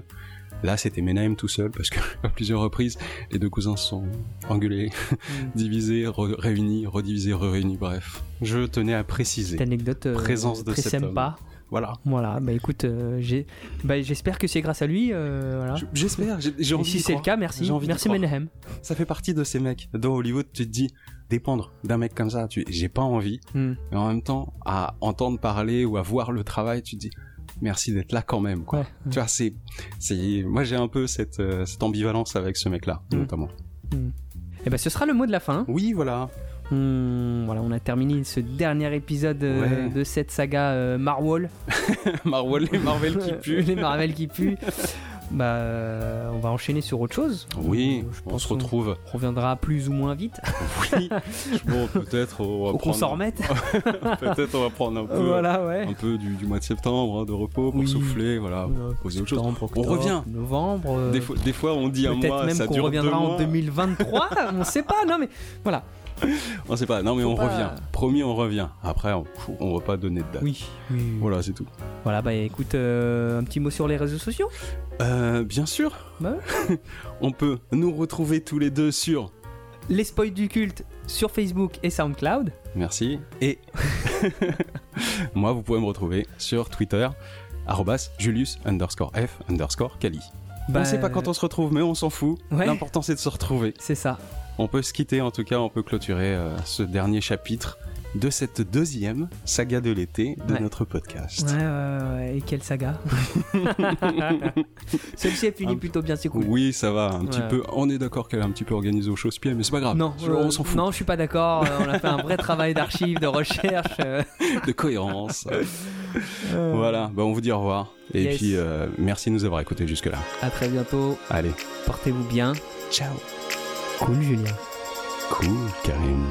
Speaker 2: Là, c'était Menahem tout seul, parce que (laughs) à plusieurs reprises, les deux cousins se sont engueulés, (laughs)
Speaker 1: une
Speaker 2: divisés, re- réunis, redivisés, réunis, bref. Je tenais à préciser.
Speaker 1: petite anecdote euh,
Speaker 2: Présence de
Speaker 1: très
Speaker 2: cet homme.
Speaker 1: sympa.
Speaker 2: Voilà.
Speaker 1: Voilà, bah écoute, euh, j'ai- bah, j'espère que c'est grâce à lui. euh, voilà.
Speaker 2: J- J'espère, j'ai j'ai
Speaker 1: Et
Speaker 2: envie
Speaker 1: si
Speaker 2: d'y
Speaker 1: c'est le
Speaker 2: croire.
Speaker 1: cas, merci.
Speaker 2: J'ai envie d'y
Speaker 1: Merci
Speaker 2: croire.
Speaker 1: Menahem.
Speaker 2: Ça fait partie de ces mecs. Dans Hollywood, tu te dis, dépendre d'un mec comme ça, tu... j'ai pas envie.
Speaker 1: Hmm.
Speaker 2: Mais en même temps, à entendre parler ou à voir le travail, tu te dis merci d'être là quand même. Quoi.
Speaker 1: Ouais.
Speaker 2: Tu vois, c'est, c'est, moi j'ai un peu cette, euh, cette ambivalence avec ce mec-là,
Speaker 1: Mm.
Speaker 2: notamment.
Speaker 1: Et bah ce sera le mot de la fin.
Speaker 2: Oui, voilà. (laughs)
Speaker 1: On, voilà, on a terminé ce dernier épisode euh,
Speaker 2: Ouais.
Speaker 1: de cette saga euh, Marvel.
Speaker 2: Marvel et Marvel qui pue.
Speaker 1: (laughs) les Marvel
Speaker 2: (laughs)
Speaker 1: qui puent. bah, euh, on va enchaîner sur autre chose.
Speaker 2: Oui,
Speaker 1: Euh, je
Speaker 2: on
Speaker 1: pense
Speaker 2: se
Speaker 1: qu'on- (laughs)
Speaker 2: retrouve.
Speaker 1: On reviendra plus ou moins vite.
Speaker 2: Oui, bon, peut-être on va
Speaker 1: Faut qu'on
Speaker 2: prendre-
Speaker 1: s'en remette.
Speaker 2: (laughs) Peut-être on va prendre un peu,
Speaker 1: voilà, ouais.
Speaker 2: un peu du, du mois de septembre hein, de repos pour
Speaker 1: Oui.
Speaker 2: souffler, voilà.
Speaker 1: Euh,
Speaker 2: poser autre chose.
Speaker 1: septembre,
Speaker 2: On revient.
Speaker 1: Novembre. euh,
Speaker 2: Des fois, des fois, on dit un
Speaker 1: Peut-être
Speaker 2: mois,
Speaker 1: même
Speaker 2: ça
Speaker 1: qu'on
Speaker 2: dure deux
Speaker 1: reviendra en
Speaker 2: mois. (laughs)
Speaker 1: 2023, on sait pas, non mais voilà.
Speaker 2: On sait pas. Non, mais
Speaker 1: Faut
Speaker 2: on
Speaker 1: pas-
Speaker 2: revient. Promis, on revient. Après, on, pff, on va pas donner de date.
Speaker 1: Oui, oui, oui.
Speaker 2: Voilà, c'est tout.
Speaker 1: Voilà, bah écoute, euh, un petit mot sur les réseaux sociaux.
Speaker 2: Euh, bien sûr.
Speaker 1: Bah
Speaker 2: (laughs) on peut nous retrouver tous les deux sur.
Speaker 1: Les spoils du culte sur Facebook et SoundCloud.
Speaker 2: Merci. Et (laughs) moi, vous pouvez me retrouver sur Twitter. Arrobas Julius underscore F underscore Kali. on sait pas quand on se retrouve, mais on s'en fout.
Speaker 1: Bah, Ouais.
Speaker 2: L'important c'est de se retrouver.
Speaker 1: C'est ça.
Speaker 2: On peut se quitter en tout cas, on peut clôturer euh, ce dernier chapitre de cette deuxième saga de l'été de
Speaker 1: Ouais.
Speaker 2: notre podcast.
Speaker 1: Ouais, ouais, ouais, ouais, et quelle
Speaker 2: (laughs)
Speaker 1: saga. (laughs) Celui-ci est fini plutôt bien, c'est cool.
Speaker 2: Oui, ça va, un petit
Speaker 1: Ouais.
Speaker 2: peu. On est d'accord qu'elle est un petit peu organisée au chausse-pied, mais c'est pas grave.
Speaker 1: Non,
Speaker 2: Je-
Speaker 1: euh,
Speaker 2: on s'en fout.
Speaker 1: non, je suis pas d'accord. euh, on a fait un vrai travail d'archives, de recherche. euh, (laughs)
Speaker 2: De cohérence.
Speaker 1: euh,
Speaker 2: voilà, bah, on vous dit au revoir. Et
Speaker 1: Yes.
Speaker 2: puis, euh, merci de nous avoir écoutés jusque-là.
Speaker 1: À très bientôt.
Speaker 2: Allez,
Speaker 1: Portez-vous bien.
Speaker 2: ciao.
Speaker 1: Cool, Julien.
Speaker 2: Cool, Karim.